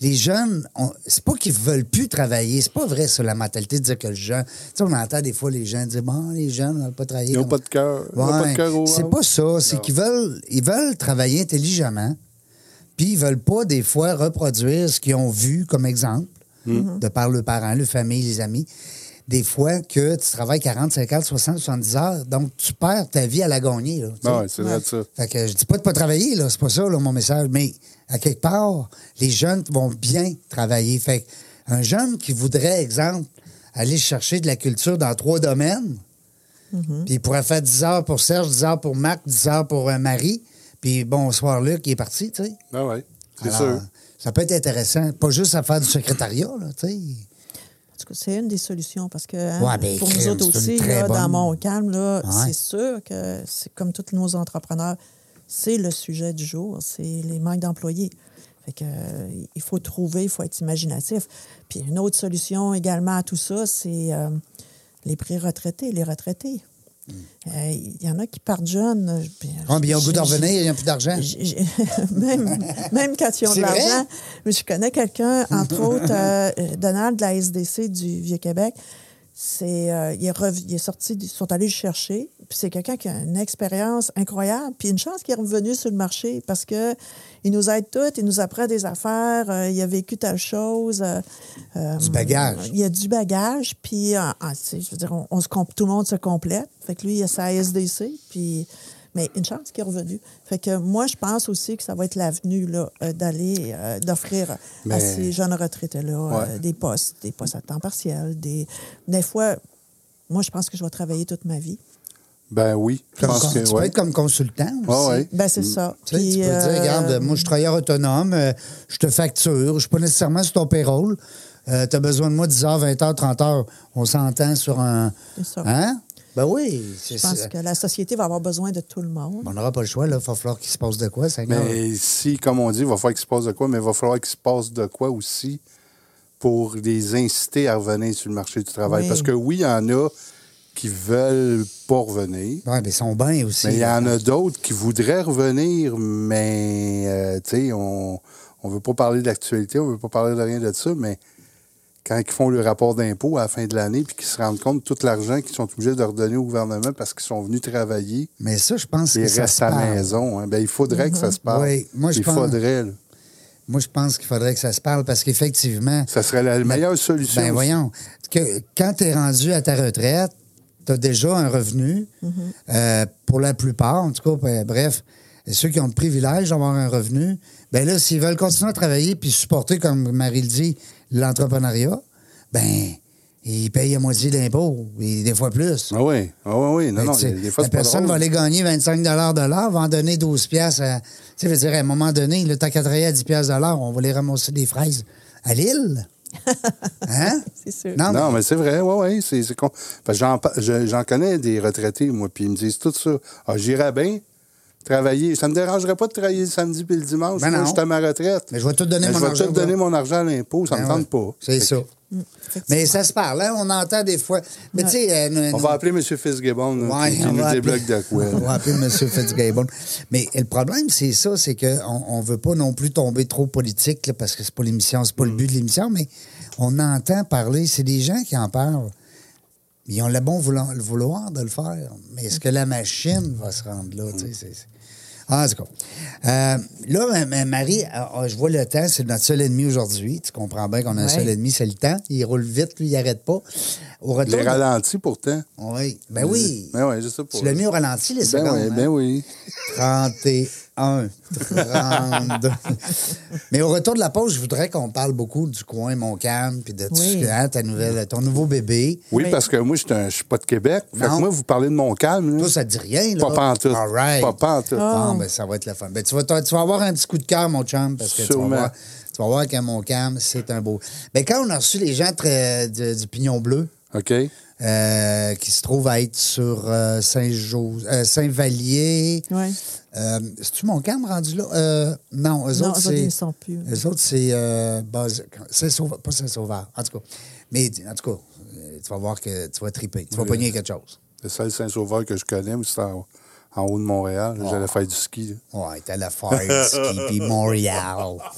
Speaker 2: Les jeunes, on- c'est pas qu'ils veulent plus travailler. C'est pas vrai, sur la mentalité de dire que le jeune... Tu sais, on entend des fois les gens dire, bon, les jeunes, ils veulent pas travailler.
Speaker 3: Ils n'ont
Speaker 2: comme-
Speaker 3: pas de cœur. Ils n'ont pas
Speaker 2: Ouais,
Speaker 3: de cœur au
Speaker 2: C'est
Speaker 3: ventre.
Speaker 2: pas ça. C'est
Speaker 3: Non.
Speaker 2: qu'ils veulent, ils veulent travailler intelligemment, puis ils veulent pas, des fois, reproduire ce qu'ils ont vu comme exemple,
Speaker 3: Mm-hmm.
Speaker 2: de par le parent, le famille, les amis. Des fois que tu travailles 40, 50, 60, 70 heures, donc tu perds ta vie à la gagner. là, tu sais.
Speaker 3: Ah ouais, c'est vrai de ça.
Speaker 2: Fait que je dis pas de pas travailler, là, c'est pas ça là, mon message, mais à quelque part, les jeunes vont bien travailler. Fait que un jeune qui voudrait, exemple, aller chercher de la culture dans trois domaines, puis il pourrait faire 10 heures pour Serge, 10 heures pour Marc, 10 heures pour euh, Marie, puis bonsoir Luc, il est parti, tu sais.
Speaker 3: Ah oui, c'est
Speaker 2: Alors,
Speaker 3: sûr.
Speaker 2: Ça peut être intéressant, pas juste à faire du secrétariat, là, tu sais.
Speaker 4: En tout cas, c'est une des solutions parce que hein,
Speaker 2: Ouais, ben,
Speaker 4: pour
Speaker 2: crime,
Speaker 4: nous autres
Speaker 2: c'est une
Speaker 4: aussi,
Speaker 2: très
Speaker 4: là, dans
Speaker 2: bonne-
Speaker 4: mon calme, là,
Speaker 2: Ouais.
Speaker 4: c'est sûr que c'est comme tous nos entrepreneurs, c'est le sujet du jour, c'est les manques d'employés. Fait que, euh, il faut trouver, il faut être imaginatif. Puis une autre solution également à tout ça, c'est euh, les pré-retraités, les retraités. Euh, Il y en a qui partent jeunes. euh, puis,
Speaker 2: Hmm. Ah, puis ils ont le
Speaker 4: j'ai-
Speaker 2: goût de
Speaker 4: j'ai-
Speaker 2: revenir, ils n'ont plus d'argent.
Speaker 4: j'ai- j'ai- même, même quand ils ont
Speaker 2: C'est
Speaker 4: de
Speaker 2: vrai?
Speaker 4: l'argent. Mais je connais quelqu'un, entre autres, euh, euh, Donald de la SDC du Vieux-Québec. C'est, euh, il, est rev- il est sorti, du- ils sont allés le chercher. Puis c'est quelqu'un qui a une expérience incroyable. Puis une chance qu'il est revenu sur le marché parce que il nous aide tous, il nous apprend des affaires, euh, il a vécu telle chose. euh, euh,
Speaker 2: Du bagage.
Speaker 4: Il y a du bagage, puis euh, ah, c'est- je veux dire, on, on se comp- tout le monde se complète. Fait que lui, il a sa SDC, puis mais une chance qu'il est revenu. Fait que moi, je pense aussi que ça va être l'avenue là, euh, d'aller euh, d'offrir
Speaker 3: Mais-
Speaker 4: à ces jeunes retraités-là euh,
Speaker 3: Ouais.
Speaker 4: des postes, des postes à temps partiel, des des fois. Moi, je pense que je vais travailler toute ma vie.
Speaker 3: Ben oui, je
Speaker 2: Comme
Speaker 3: pense
Speaker 2: con-
Speaker 3: que
Speaker 2: tu peux
Speaker 3: oui.
Speaker 2: être comme consultant aussi.
Speaker 3: Ah ouais.
Speaker 4: Ben, c'est ça.
Speaker 2: Tu, sais, tu
Speaker 4: Puis,
Speaker 2: peux
Speaker 4: euh,
Speaker 2: dire, regarde, moi, je suis travailleur autonome, euh, je te facture, je suis pas nécessairement sur ton payroll. tu as besoin de moi 10 h 20 h 30 h On s'entend sur un.
Speaker 4: C'est ça.
Speaker 2: Hein? Ben oui. c'est-
Speaker 4: je pense
Speaker 2: c'est-
Speaker 4: que la société va avoir besoin de tout le monde.
Speaker 2: On n'aura pas le choix, là. Il va falloir qu'il se passe de quoi, ça
Speaker 3: Mais si, comme on dit, il va falloir qu'il se passe de quoi, mais il va falloir qu'il se passe de quoi aussi pour les inciter à revenir sur le marché du travail.
Speaker 4: Oui.
Speaker 3: Parce que oui, il y en a qui veulent pas revenir.
Speaker 2: Ouais, mais ils sont bien aussi.
Speaker 3: Mais il y en a d'autres qui voudraient revenir, mais euh, tu sais, on ne veut pas parler d'actualité, on veut pas parler de rien de ça, mais quand ils font le rapport d'impôt à la fin de l'année, puis qu'ils se rendent compte de tout l'argent qu'ils sont obligés de redonner au gouvernement parce qu'ils sont venus travailler
Speaker 2: Mais ça, je pense
Speaker 3: et
Speaker 2: que ça
Speaker 3: restent
Speaker 2: se
Speaker 3: à la
Speaker 2: parle. Mm-hmm.
Speaker 3: maison, hein. ben, il faudrait que ça se parle.
Speaker 2: Oui, moi, je
Speaker 3: il
Speaker 2: pense-
Speaker 3: faudrait. là.
Speaker 2: Moi, je pense qu'il faudrait que ça se parle parce qu'effectivement,
Speaker 3: Ça serait la meilleure solution.
Speaker 2: Ben voyons, que, quand tu es rendu à ta retraite, tu as déjà un revenu. Euh, pour la plupart, en tout cas, ben, bref, ceux qui ont le privilège d'avoir un revenu, ben là, s'ils veulent continuer à travailler puis supporter, comme Marie le dit, l'entrepreneuriat, ben ils payent à moitié d'impôts, et des fois plus.
Speaker 3: Ah oui, ah oui, oui. Non,
Speaker 2: Ben,
Speaker 3: non,
Speaker 2: tu sais,
Speaker 3: des fois,
Speaker 2: la
Speaker 3: c'est pas
Speaker 2: personne va
Speaker 3: drôle.
Speaker 2: aller gagner 25 de l'heure, va en donner 12 piastres. à- Tu sais, je veux dire, à un moment donné, le temps qu'à travailler à 10 piastres de l'heure, on va les ramasser des fraises à Lille. Hein?
Speaker 4: C'est sûr.
Speaker 2: Non,
Speaker 3: Non, mais c'est vrai, oui, oui. C'est, c'est con. Parce que j'en, pa- je- j'en connais des retraités, moi, puis ils me disent tout ça. Ah, j'irais bien travailler. Ça me dérangerait pas de travailler le samedi puis le dimanche.
Speaker 2: Ben
Speaker 3: moi,
Speaker 2: non.
Speaker 3: je suis à ma retraite.
Speaker 2: Mais je vais tout donner
Speaker 3: Mais
Speaker 2: mon
Speaker 3: je vais
Speaker 2: argent,
Speaker 3: tout donner
Speaker 2: ouais.
Speaker 3: mon argent à l'impôt. Ça
Speaker 2: Ben
Speaker 3: me
Speaker 2: ouais.
Speaker 3: tente pas.
Speaker 2: C'est
Speaker 3: Fait
Speaker 2: ça.
Speaker 3: que
Speaker 4: effectivement.
Speaker 2: Mais ça se parle, hein? on entend des fois. Mais tu sais, euh, nous-
Speaker 3: On
Speaker 2: nous-
Speaker 3: va appeler M. Fitzgibbon, là,
Speaker 2: Ouais,
Speaker 3: qui- qui
Speaker 2: on
Speaker 3: nous
Speaker 2: va
Speaker 3: débloque
Speaker 2: appeler-
Speaker 3: de quoi.
Speaker 2: On va
Speaker 3: là.
Speaker 2: appeler M. Fitzgibbon. Mais le problème, c'est ça, c'est qu'on ne veut pas non plus tomber trop politique, là, parce que c'est pas l'émission, c'est pas le but de l'émission, mais on entend parler, c'est des gens qui en parlent. Ils ont le bon vouloir, le vouloir de le faire, mais est-ce que la machine va se rendre là? tu sais, c'est- c'est- Ah, en tout cas. Euh, là, ma- ma- Marie, ah, ah, je vois le temps, c'est notre seul ennemi aujourd'hui. Tu comprends bien qu'on a un
Speaker 5: Ouais.
Speaker 2: seul ennemi, c'est le temps. Il roule vite, lui, il n'arrête pas. Au
Speaker 3: Je
Speaker 2: retour.
Speaker 3: l'ai ralenti pourtant.
Speaker 2: Oui. Ben oui.
Speaker 3: Ben oui, je sais pas.
Speaker 2: Tu l'as mis au ralenti, les
Speaker 3: Ben
Speaker 2: secondes.
Speaker 3: oui, ben
Speaker 2: hein?
Speaker 3: oui.
Speaker 2: 31, 32. Mais au retour de la pause, je voudrais qu'on parle beaucoup du coin Montcalm, puis de tout
Speaker 4: Oui.
Speaker 2: ce que- hein, ta nouvelle, ton nouveau bébé.
Speaker 3: Oui,
Speaker 4: Mais-
Speaker 3: parce que moi, je suis un- je suis pas de Québec. Fait que
Speaker 2: Non.
Speaker 3: moi, vous parlez de mon calme.
Speaker 2: Toi, ça te dit rien, là?
Speaker 3: Pas pantoute.
Speaker 2: All right.
Speaker 3: Pas pantoute.
Speaker 2: Bon, ben, ça va être la fun. Ben, tu, vas, tu vas avoir un petit coup de cœur, mon chum, parce que tu vas,
Speaker 3: Sûrement.
Speaker 2: voir, tu vas voir qu'à Montcalm, c'est un beau. Ben, quand on a reçu les gens très- de- du Pignon Bleu,
Speaker 3: OK?
Speaker 2: euh, qui se trouve à être sur euh, Saint-Jo- euh, Saint-Vallier.
Speaker 4: Ouais.
Speaker 2: Euh, C'est-tu mon cam rendu là? Euh, non, eux
Speaker 4: Non,
Speaker 2: autres,
Speaker 4: eux autres,
Speaker 2: c'est.
Speaker 4: ils sont plus.
Speaker 2: Eux autres, c'est. euh, Buzz- Saint-Sauveur- pas Saint-Sauveur, en tout cas. Mais en tout cas, euh, tu vas voir que tu vas triper. Tu vas pogner quelque chose.
Speaker 3: Le seul Saint-Sauveur que je connais, moi, c'est en, en haut de Montréal. là, J'allais faire du ski.
Speaker 2: Ouais, t'as la fire, ski, puis Montréal.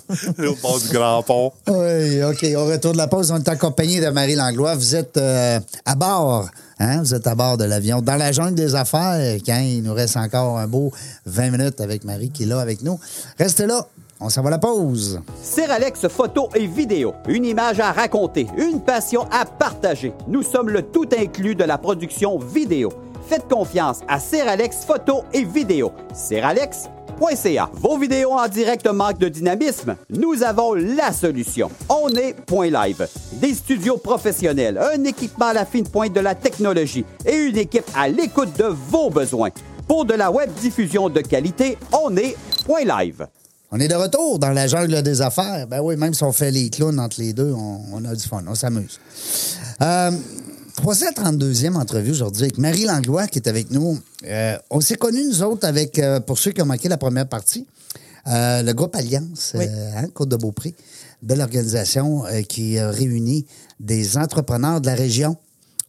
Speaker 3: là. Au bord du Grand Pont.
Speaker 2: Oui, OK. Au retour de la pause, on est accompagné de Marie Langlois. Vous êtes euh, à bord, hein? Vous êtes à bord de l'avion, dans la jungle des affaires, quand il nous reste encore un beau 20 minutes avec Marie qui est là avec nous. Restez là, on s'en va à la pause.
Speaker 6: Seralex photo et vidéo. Une image à raconter, une passion à partager. Nous sommes le tout inclus de la production vidéo. Faites confiance à Seralex photo et vidéo. Seralex.ca. Vos vidéos en direct manquent de dynamisme? Nous avons la solution. On est Point Live. Des studios professionnels, un équipement à la fine pointe de la technologie et une équipe à l'écoute de vos besoins. Pour de la web diffusion de qualité, on est Point Live.
Speaker 2: On est de retour dans la jungle des affaires. Ben oui, même si on fait les clowns entre les deux, on, on a du fun, on s'amuse. Euh, 332e entrevue aujourd'hui avec Marie Langlois qui est avec nous. Euh, on s'est connus, nous autres, avec, euh, pour ceux qui ont manqué la première partie, euh, le groupe Alliance,
Speaker 4: Oui.
Speaker 2: euh, hein, Côte de Beaupré, belle organisation euh, qui euh, réunit des entrepreneurs de la région.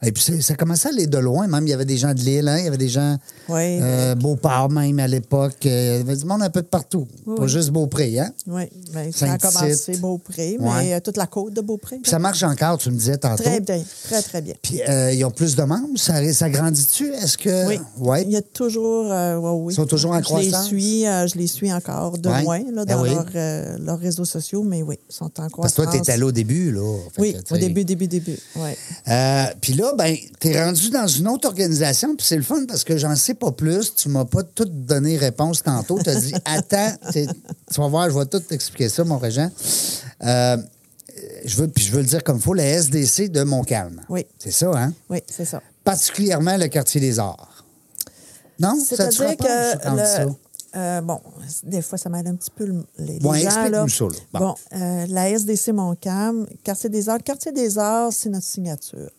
Speaker 2: Et puis, c'est- ça commençait à aller de loin, même. Il y avait des gens de l'île, hein, il y avait des gens
Speaker 4: Oui.
Speaker 2: euh, Beauport même à l'époque. Euh, Il y avait du monde un peu de partout.
Speaker 4: Oui,
Speaker 2: Pas
Speaker 4: oui.
Speaker 2: juste Beaupré, hein?
Speaker 4: Oui, ben, ça a
Speaker 2: Saint-Tite.
Speaker 4: commencé Beaupré,
Speaker 2: Ouais.
Speaker 4: mais euh, toute la côte de Beaupré.
Speaker 2: Puis ça marche encore, tu me disais tantôt.
Speaker 4: Très bien, très, très bien.
Speaker 2: Puis euh, ils ont plus de membres, ça, ça grandit-tu? Est-ce que.
Speaker 4: Oui. Il
Speaker 2: Euh, Ouais.
Speaker 4: y a toujours. euh, ouais, oui.
Speaker 2: Ils sont toujours en croissance?
Speaker 4: Je les suis, euh, je les suis encore de
Speaker 2: Ouais.
Speaker 4: loin là,
Speaker 2: Ben
Speaker 4: dans
Speaker 2: oui.
Speaker 4: leurs euh, leurs réseaux sociaux, mais oui, ils sont en
Speaker 2: Parce
Speaker 4: croissance.
Speaker 2: que toi, t'étais là au début, là. Fait
Speaker 4: Oui,
Speaker 2: que, tu
Speaker 4: au
Speaker 2: sais.
Speaker 4: début, début, début. Ouais.
Speaker 2: Euh, puis là, ben, t'es rendu dans une autre organisation, puis c'est le fun parce que j'en sais pas plus. Tu m'as pas tout donné réponse tantôt. T'as dit, attends, t'es- tu vas voir, je vais tout t'expliquer ça, mon régent. Euh, je veux, puis je veux le dire comme il faut, la SDC de Montcalm.
Speaker 4: Oui.
Speaker 2: C'est ça, hein?
Speaker 4: Oui, c'est ça.
Speaker 2: particulièrement le quartier des arts. Non? Ça te
Speaker 4: C'est-à-dire
Speaker 2: frappe, hein, je
Speaker 4: que.
Speaker 2: pense
Speaker 4: le-
Speaker 2: ça?
Speaker 4: euh, bon, des fois, ça mêle un petit peu le- les, les
Speaker 2: Ouais,
Speaker 4: gens. Là.
Speaker 2: explique-nous ça, là. Bon.
Speaker 4: Bon, euh, la SDC Montcalm, Quartier des Arts. Quartier des Arts, c'est notre signature.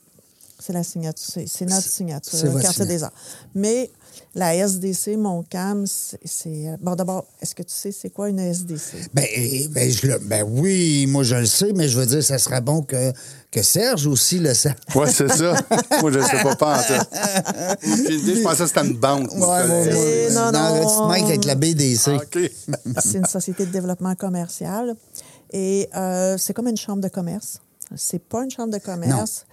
Speaker 4: C'est la signature. C'est, c'est notre
Speaker 2: C'est-
Speaker 4: signature,
Speaker 2: c'est votre
Speaker 4: Quartier
Speaker 2: signature.
Speaker 4: des Arts. Mais la SDC Montcalm, c'est. c'est, euh, Bon, d'abord, est-ce que tu sais c'est quoi une SDC?
Speaker 2: Ben, eh, ben, je le- ben oui, moi je le sais, mais je veux dire, ça serait bon que, que Serge aussi le sache.
Speaker 3: Oui, c'est ça. moi, je ne sais pas pantoute. J'ai une idée, je pensais que c'était une banque.
Speaker 4: ouais, ouais. non, non, Ah,
Speaker 2: tu te
Speaker 4: on-
Speaker 2: manques avec la BDC.
Speaker 3: OK.
Speaker 4: c'est une société de développement commercial. Et euh, c'est comme une chambre de commerce. C'est pas une chambre de commerce.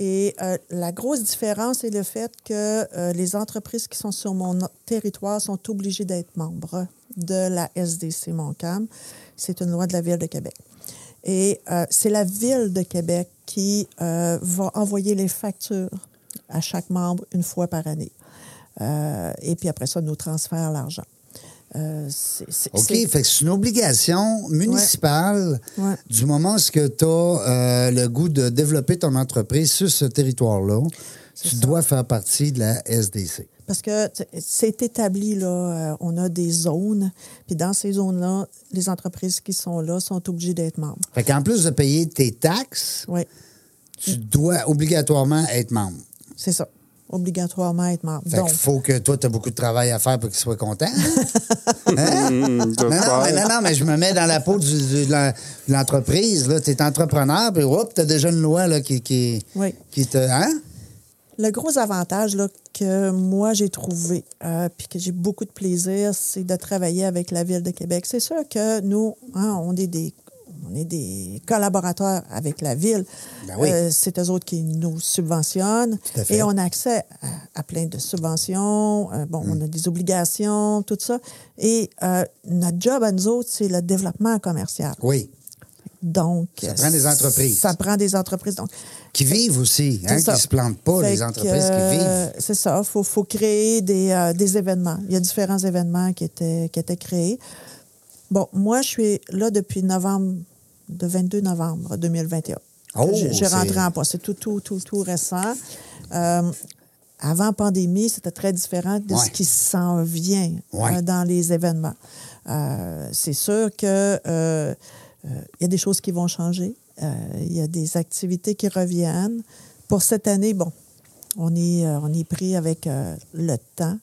Speaker 4: Et euh, la grosse différence est le fait que euh, les entreprises qui sont sur mon o- territoire sont obligées d'être membres de la SDC Montcalm. C'est une loi de la Ville de Québec. Et euh, c'est la Ville de Québec qui euh, va envoyer les factures à chaque membre une fois par année. Euh, et puis après ça, nous transfère l'argent. Euh, c'est- c'est-
Speaker 2: OK,
Speaker 4: c'est-
Speaker 2: fait que c'est une obligation municipale
Speaker 4: Ouais.
Speaker 2: du moment où tu as euh, le goût de développer ton entreprise sur ce territoire-là. Tu
Speaker 4: ça.
Speaker 2: dois faire partie de la SDC.
Speaker 4: Parce que t- c'est établi, là, euh, on a des zones, puis dans ces zones-là, les entreprises qui sont là sont obligées d'être membres.
Speaker 2: Fait qu'en plus de payer tes taxes,
Speaker 4: Oui, Mm.
Speaker 2: tu dois obligatoirement être membre.
Speaker 4: c'est ça. obligatoirement être membre.
Speaker 2: Fait
Speaker 4: Donc,
Speaker 2: qu'il faut que toi, tu as beaucoup de travail à faire pour qu'il soit content. Hein?
Speaker 3: de
Speaker 2: Non, non, mais,
Speaker 3: faire.
Speaker 2: non, non, mais je me mets dans la peau du- du- de la- de l'entreprise. Tu es entrepreneur, puis hop, tu as déjà une loi là, qui, qui,
Speaker 4: Oui.
Speaker 2: qui te. Hein?
Speaker 4: Le gros avantage là, que moi j'ai trouvé, euh, puis que j'ai beaucoup de plaisir, c'est de travailler avec la Ville de Québec. C'est sûr que nous, hein, on est des on est des collaborateurs avec la Ville. Euh,
Speaker 2: Ben oui.
Speaker 4: c'est eux autres qui nous subventionnent.
Speaker 2: Tout à fait.
Speaker 4: Et on a accès à, à plein de subventions. Euh, bon,
Speaker 2: Mm.
Speaker 4: on a des obligations, tout ça. Et euh, notre job à nous autres, c'est le développement commercial.
Speaker 2: Oui.
Speaker 4: Donc,
Speaker 2: Ça prend des entreprises.
Speaker 4: Ça prend des entreprises. Donc,
Speaker 2: Qui vivent aussi, hein,
Speaker 4: c'est ça.
Speaker 2: qui se plantent pas,
Speaker 4: Fait
Speaker 2: les
Speaker 4: que,
Speaker 2: entreprises qui
Speaker 4: euh,
Speaker 2: vivent.
Speaker 4: C'est ça, il faut, faut créer des, euh, des événements. Il y a différents événements qui étaient, qui étaient créés. Bon, moi, je suis là depuis novembre, de 22 novembre 2021.
Speaker 2: Oh,
Speaker 4: J'ai- J'ai
Speaker 2: c'est-
Speaker 4: rentré en poste. C'est tout, tout, tout, tout récent. Euh, avant pandémie, c'était très différent de
Speaker 2: Ouais.
Speaker 4: ce qui s'en vient
Speaker 2: Ouais.
Speaker 4: euh, dans les événements. Euh, c'est sûr que euh, euh, il y a des choses qui vont changer. Euh, Il y a des activités qui reviennent. Pour cette année, bon, on est, euh, on est pris avec euh, le temps,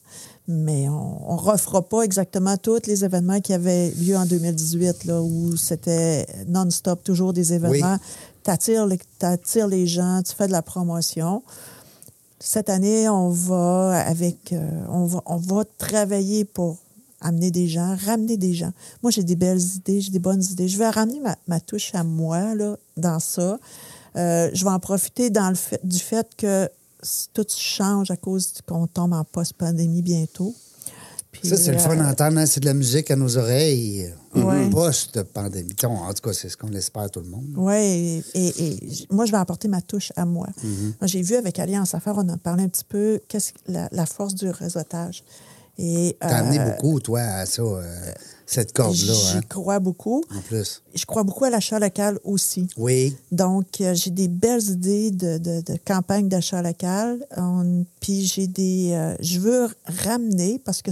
Speaker 4: mais on ne refera pas exactement tous les événements qui avaient lieu en 2018, là, où c'était non-stop, toujours des événements. T'attires les- T'attires les gens, tu fais de la promotion cette année, on va avec, euh, on va, on va travailler pour amener des gens, ramener des gens. Moi, j'ai des belles idées, j'ai des bonnes idées. Je vais ramener ma, ma touche à moi là, dans ça. Euh, je vais en profiter dans le fait, du fait que s- tout change à cause qu'on tombe en post-pandémie bientôt. Puis,
Speaker 2: Ça, c'est le fun
Speaker 4: euh,
Speaker 2: d'entendre, hein, c'est de la musique à nos oreilles. euh,
Speaker 4: Ouais.
Speaker 2: Post-pandémie. En tout cas, c'est ce qu'on espère tout le monde.
Speaker 4: Oui, et, et- et j- moi, je vais apporter ma touche à moi.
Speaker 2: Mhm.
Speaker 4: Moi, J'ai vu avec Alliance Affaires, on en parlait un petit peu, qu'est-ce que la, la force du réseautage. Et,
Speaker 2: T'as amené
Speaker 4: euh,
Speaker 2: beaucoup, toi, à ça, euh, cette corde-là,
Speaker 4: J'y
Speaker 2: hein,
Speaker 4: crois beaucoup.
Speaker 2: en plus.
Speaker 4: Je crois beaucoup à l'achat local aussi.
Speaker 2: Oui.
Speaker 4: Donc, euh, j'ai des belles idées de, de, de campagne d'achat local. On- Puis, j'ai des. euh, je veux ramener, parce que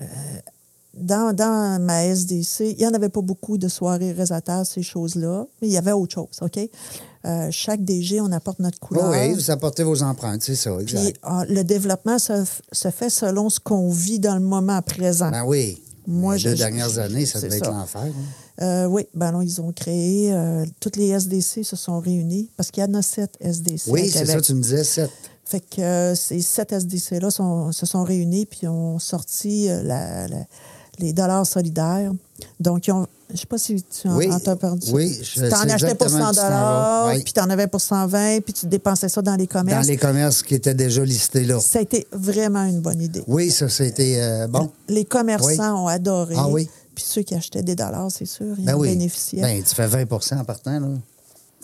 Speaker 4: euh, dans, dans ma SDC, il n'y en avait pas beaucoup de soirées réseautages, ces choses-là. Mais il y avait autre chose, OK? Euh, chaque DG, on apporte notre couleur.
Speaker 2: Oui, vous apportez vos empreintes, c'est ça,
Speaker 4: Puis,
Speaker 2: exact.
Speaker 4: euh, le développement se, f- se fait selon ce qu'on vit dans le moment présent.
Speaker 2: Ben oui.
Speaker 4: Moi,
Speaker 2: Les
Speaker 4: je-
Speaker 2: deux
Speaker 4: je-
Speaker 2: dernières
Speaker 4: je-
Speaker 2: années, ça
Speaker 4: c'est
Speaker 2: devait
Speaker 4: ça.
Speaker 2: être l'enfer. hein.
Speaker 4: Euh, oui, ben alors, ils ont créé, euh, toutes les SDC se sont réunies parce qu'il y en a sept SDC. à
Speaker 2: Oui, c'est ça,
Speaker 4: Québec.
Speaker 2: tu me disais, sept.
Speaker 4: Fait que euh, ces sept SDC-là sont- se sont réunis puis ont sorti euh, la- la- les dollars solidaires. Donc, ils ont, je sais pas si tu en
Speaker 2: Oui,
Speaker 4: en t'as perdu.
Speaker 2: oui, je
Speaker 4: Tu
Speaker 2: sais
Speaker 4: en achetais pour
Speaker 2: exactement
Speaker 4: 100
Speaker 2: où tu t'en vas, oui.
Speaker 4: puis tu en avais pour 120, puis tu dépensais ça dans les commerces.
Speaker 2: Dans les commerces qui étaient déjà listés là.
Speaker 4: Ça a été vraiment une bonne idée.
Speaker 2: Oui, ça, c'était euh, bon.
Speaker 4: Les commerçants ont adoré.
Speaker 2: Ah oui.
Speaker 4: Puis ceux qui achetaient des dollars, c'est sûr, ils
Speaker 2: Ben
Speaker 4: en
Speaker 2: oui.
Speaker 4: bénéficiaient.
Speaker 2: Ben, tu fais 20 en partant, là.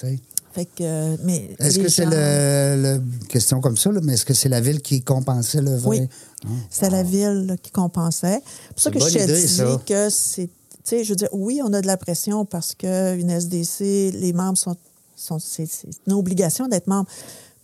Speaker 2: Tu sais.
Speaker 4: Fait que, euh, mais
Speaker 2: Est-ce
Speaker 4: les
Speaker 2: que c'est
Speaker 4: gens-
Speaker 2: le, le- Question comme ça, là, mais est-ce que c'est la ville qui compensait le vin?
Speaker 4: Oui. C'était la ville là, qui compensait. C'est pour ça
Speaker 2: Ah. C'est
Speaker 4: que
Speaker 2: une
Speaker 4: je
Speaker 2: bonne
Speaker 4: te
Speaker 2: idée,
Speaker 4: dis
Speaker 2: ça.
Speaker 4: que c'est. Tu sais, je veux dire, oui, on a de la pression parce qu'une SDC, les membres sont. sont c'est c'est une obligation d'être membre.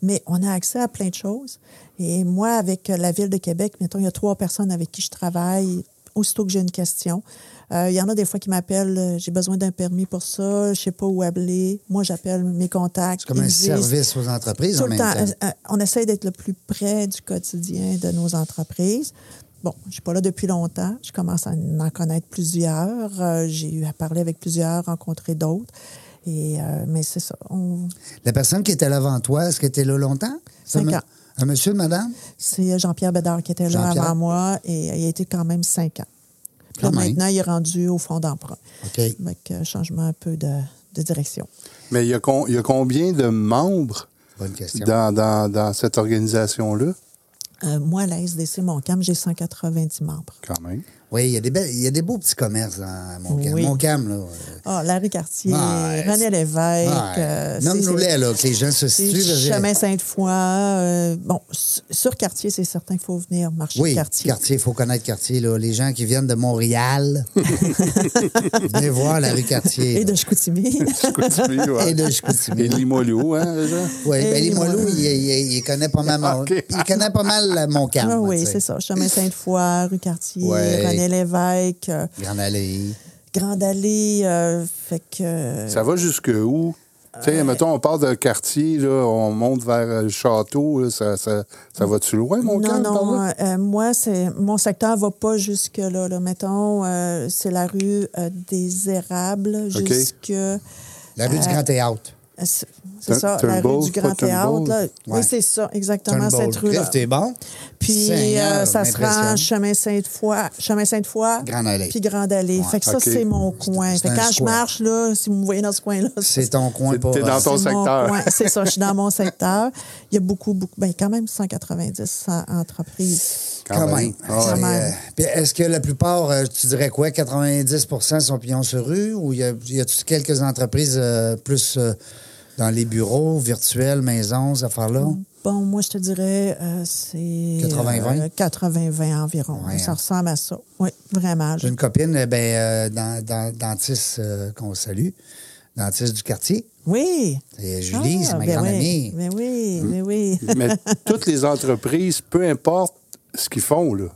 Speaker 4: Mais on a accès à plein de choses. Et moi, avec euh, la Ville de Québec, mettons, il y a trois personnes avec qui je travaille aussitôt que j'ai une question. Euh, il y en a des fois qui m'appellent, euh, j'ai besoin d'un permis pour ça, je sais pas où appeler. Moi, j'appelle mes contacts.
Speaker 2: C'est comme
Speaker 4: ils
Speaker 2: un
Speaker 4: me disent-
Speaker 2: service aux entreprises
Speaker 4: tout
Speaker 2: en
Speaker 4: le
Speaker 2: même
Speaker 4: temps,
Speaker 2: temps.
Speaker 4: euh, euh, on essaie d'être le plus près du quotidien de nos entreprises. Bon, je ne suis pas là depuis longtemps. Je commence à en en connaître plusieurs. Euh, J'ai eu à parler avec plusieurs, rencontrer d'autres. Et, euh, mais c'est ça. On-
Speaker 2: La personne qui était là avant toi, est-ce qu'elle était là longtemps?
Speaker 4: Cinq
Speaker 2: Un me-
Speaker 4: ans.
Speaker 2: Un monsieur, madame?
Speaker 4: C'est Jean-Pierre Bédard qui était là
Speaker 2: Jean-Pierre.
Speaker 4: avant moi et il a été quand même cinq ans. Puis
Speaker 2: Quand
Speaker 4: là,
Speaker 2: même.
Speaker 4: maintenant, il est rendu au fond d'emprunt.
Speaker 2: OK.
Speaker 4: Avec euh, changement un peu de, de direction.
Speaker 3: Mais il y, a con- il y a combien de membres
Speaker 2: Bonne question.
Speaker 3: dans, dans- dans cette organisation-là,
Speaker 4: Euh, moi, à la SDC Montcalm, j'ai 190 membres.
Speaker 3: quand même?
Speaker 2: Oui, il y, a des belles- il y a des beaux petits commerces dans mon
Speaker 4: Oui.
Speaker 2: Montcalm, là. euh,
Speaker 4: Ah, Larry Cartier,
Speaker 2: Ouais,
Speaker 4: René Lévesque.
Speaker 2: ouais.
Speaker 4: euh,
Speaker 2: Nomme-nous-les, là, que les gens se
Speaker 4: c'est-
Speaker 2: situent.
Speaker 4: c'est
Speaker 2: là,
Speaker 4: Chemin Sainte-Foy. euh, bon, s- sur quartier, c'est certain qu'il faut venir marcher
Speaker 2: Oui,
Speaker 4: quartier.
Speaker 2: quartier, il faut connaître quartier. Là. Les gens qui viennent de Montréal, venez voir la rue quartier.
Speaker 4: Et de Chicoutimi.
Speaker 3: Chicoutimi, ouais.
Speaker 2: Et de Chicoutimi.
Speaker 3: Et de Limoilou, hein, Jean?
Speaker 2: Oui,
Speaker 4: Et
Speaker 2: ben, les
Speaker 4: les
Speaker 2: Moilous,
Speaker 4: Moilous.
Speaker 2: il, il- il connaît pas mal mon,
Speaker 3: Ok.
Speaker 2: il connaît pas mal euh, mon camp.
Speaker 4: Ah oui, c'est ça. Chemin Sainte-Foy, rue Cartier,
Speaker 2: Ouais.
Speaker 4: René Lévesque, euh,
Speaker 2: Grande Allée.
Speaker 4: Grande Allée. euh, fait que.
Speaker 3: Ça va jusque où? Tu sais, mettons, on part de quartier, là, on monte vers euh, le château, là, ça, ça, ça va-tu loin, mon
Speaker 4: Non,
Speaker 3: camp, par
Speaker 4: non.
Speaker 3: là?
Speaker 4: euh, euh, moi, c'est mon secteur va pas jusque-là. là. Mettons, euh, c'est la rue euh, des Érables
Speaker 3: OK.
Speaker 4: jusque. euh,
Speaker 2: La rue du Grand Théâtre.
Speaker 4: C'est c'est
Speaker 3: Tur-
Speaker 4: ça, la rue
Speaker 3: Turnbull,
Speaker 4: du
Speaker 3: pas
Speaker 4: Grand Théâtre.
Speaker 3: Turnbull?
Speaker 4: là.
Speaker 2: Ouais.
Speaker 4: Oui, c'est ça, exactement,
Speaker 2: Turnbull.
Speaker 4: cette rue-là.
Speaker 2: Cliff, t'es bon?
Speaker 4: Puis
Speaker 2: Seigneur,
Speaker 4: euh, ça se rend
Speaker 2: m'impressionne.
Speaker 4: chemin Sainte-Foy, chemin Sainte-Foy,
Speaker 2: Grande Allée.
Speaker 4: puis Grande Allée. Fait que ça,
Speaker 3: OK.
Speaker 4: c'est mon coin.
Speaker 2: c'est
Speaker 4: Fait que
Speaker 2: un
Speaker 4: quand je
Speaker 2: square.
Speaker 4: marche, là, si vous me voyez dans ce coin-là,
Speaker 2: C'est ton coin
Speaker 3: C'est-
Speaker 2: pour... euh,
Speaker 3: t'es dans ton-
Speaker 4: c'est mon
Speaker 3: secteur.
Speaker 4: coin. C'est ça, je suis dans mon secteur. Il y a beaucoup, beaucoup, ben, quand même 190 cent entreprises.
Speaker 2: Quand même.
Speaker 3: Ah ouais.
Speaker 2: C'est,
Speaker 4: même. Oh,
Speaker 2: euh, puis est-ce que la plupart, euh, tu dirais quoi, 90 sont pignons sur rue ou y a- y a-tu quelques entreprises euh, plus euh, dans les bureaux, virtuels, maisons, ces affaires-là?
Speaker 4: Bon, moi, je te dirais, euh, c'est.
Speaker 2: 80-20?
Speaker 4: 80-20 environ.
Speaker 2: Ouais,
Speaker 4: ça
Speaker 2: hein.
Speaker 4: ressemble à ça. Oui, vraiment.
Speaker 2: J'ai une copine, euh, ben, euh, dans, dans- dentiste euh, qu'on salue, dentiste du quartier.
Speaker 4: Oui.
Speaker 2: C'est Julie, c'est
Speaker 4: Ah,
Speaker 2: ma
Speaker 4: ben
Speaker 2: grande
Speaker 4: oui.
Speaker 2: amie. Hmm.
Speaker 4: Mais oui, mais oui.
Speaker 3: Mais toutes les entreprises, peu importe ce qu'ils font, là,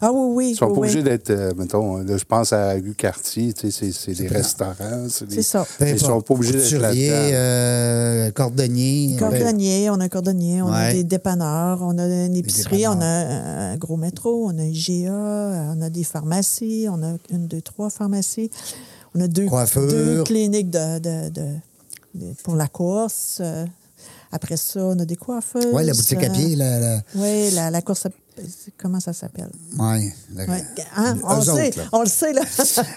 Speaker 4: Ah oui, oui.
Speaker 3: Ils sont
Speaker 4: oui,
Speaker 3: pas
Speaker 4: oui.
Speaker 3: obligés d'être, euh, mettons, là, je pense à Rue Cartier, tu sais, c'est- c'est des restaurants. des-
Speaker 4: C'est ça.
Speaker 2: Peu
Speaker 3: Ils sont
Speaker 2: importe.
Speaker 3: pas obligés d'être
Speaker 2: Couturier,
Speaker 3: là-dedans.
Speaker 2: euh, cordonnier. ben,
Speaker 4: Cordonnier, on a un cordonnier, on
Speaker 2: Ouais.
Speaker 4: a des dépanneurs, on a une épicerie,
Speaker 2: dépanneurs.
Speaker 4: on a un un gros métro, on a un IGA, on a des pharmacies, on a une, deux, trois pharmacies, on a deux,
Speaker 2: Coiffure.
Speaker 4: deux cliniques de, de- de- de- pour la course. euh, Après ça, on a des coiffeuses.
Speaker 2: ouais, la boutique
Speaker 4: euh,
Speaker 2: à pied, la, la-
Speaker 4: Oui, la, la course à- Comment ça s'appelle?
Speaker 2: ouais, la-
Speaker 4: Ouais, hein, on,
Speaker 2: Eux
Speaker 4: le
Speaker 2: autres,
Speaker 4: sait,
Speaker 2: là.
Speaker 4: on le sait, là.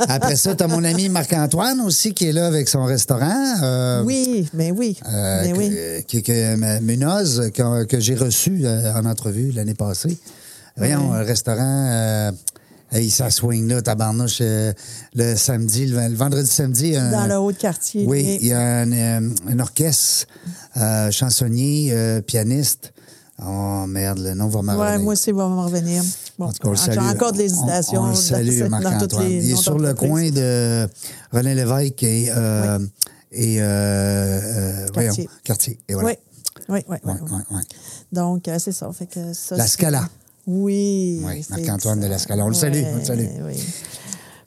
Speaker 2: Après ça, tu as mon ami Marc-Antoine aussi qui est là avec son restaurant. euh,
Speaker 4: oui, mais oui.
Speaker 2: euh,
Speaker 4: mais
Speaker 2: que-
Speaker 4: oui.
Speaker 2: que- que- ma- Munoz, que, que j'ai reçu euh, en entrevue l'année passée. Voyons, un restaurant, euh, hey, ça swing là, tabarnouche, euh, le samedi, le, le vendredi samedi. un-
Speaker 4: Dans le haut de quartier.
Speaker 2: Oui, il y a un, euh, un orchestre, euh, chansonnier, euh, pianiste. Oh merde, le nom va m'arriver.
Speaker 4: Ouais, moi aussi, il va m'en revenir. Bon,
Speaker 2: En tout cas, on le
Speaker 4: j'ai
Speaker 2: salue.
Speaker 4: encore de l'hésitation.
Speaker 2: On, on le
Speaker 4: dans
Speaker 2: salue,
Speaker 4: cette- dans toutes
Speaker 2: Marc-Antoine.
Speaker 4: les
Speaker 2: Il est
Speaker 4: noms
Speaker 2: sur le
Speaker 4: d'entreprises.
Speaker 2: coin de René Lévesque et, euh, et euh, euh, voyons,
Speaker 4: Cartier.
Speaker 2: Cartier. Et voilà.
Speaker 4: Oui, oui, oui. oui,
Speaker 2: Ouais,
Speaker 4: oui.
Speaker 2: ouais, ouais.
Speaker 4: Donc, euh, c'est ça. Fait que ça,
Speaker 2: La
Speaker 4: c'est-
Speaker 2: Scala.
Speaker 4: Oui.
Speaker 2: Oui,
Speaker 4: c'est
Speaker 2: Marc-Antoine
Speaker 4: ça.
Speaker 2: de la Scala. On le salue, on le
Speaker 4: Ouais,
Speaker 2: salue.
Speaker 4: oui.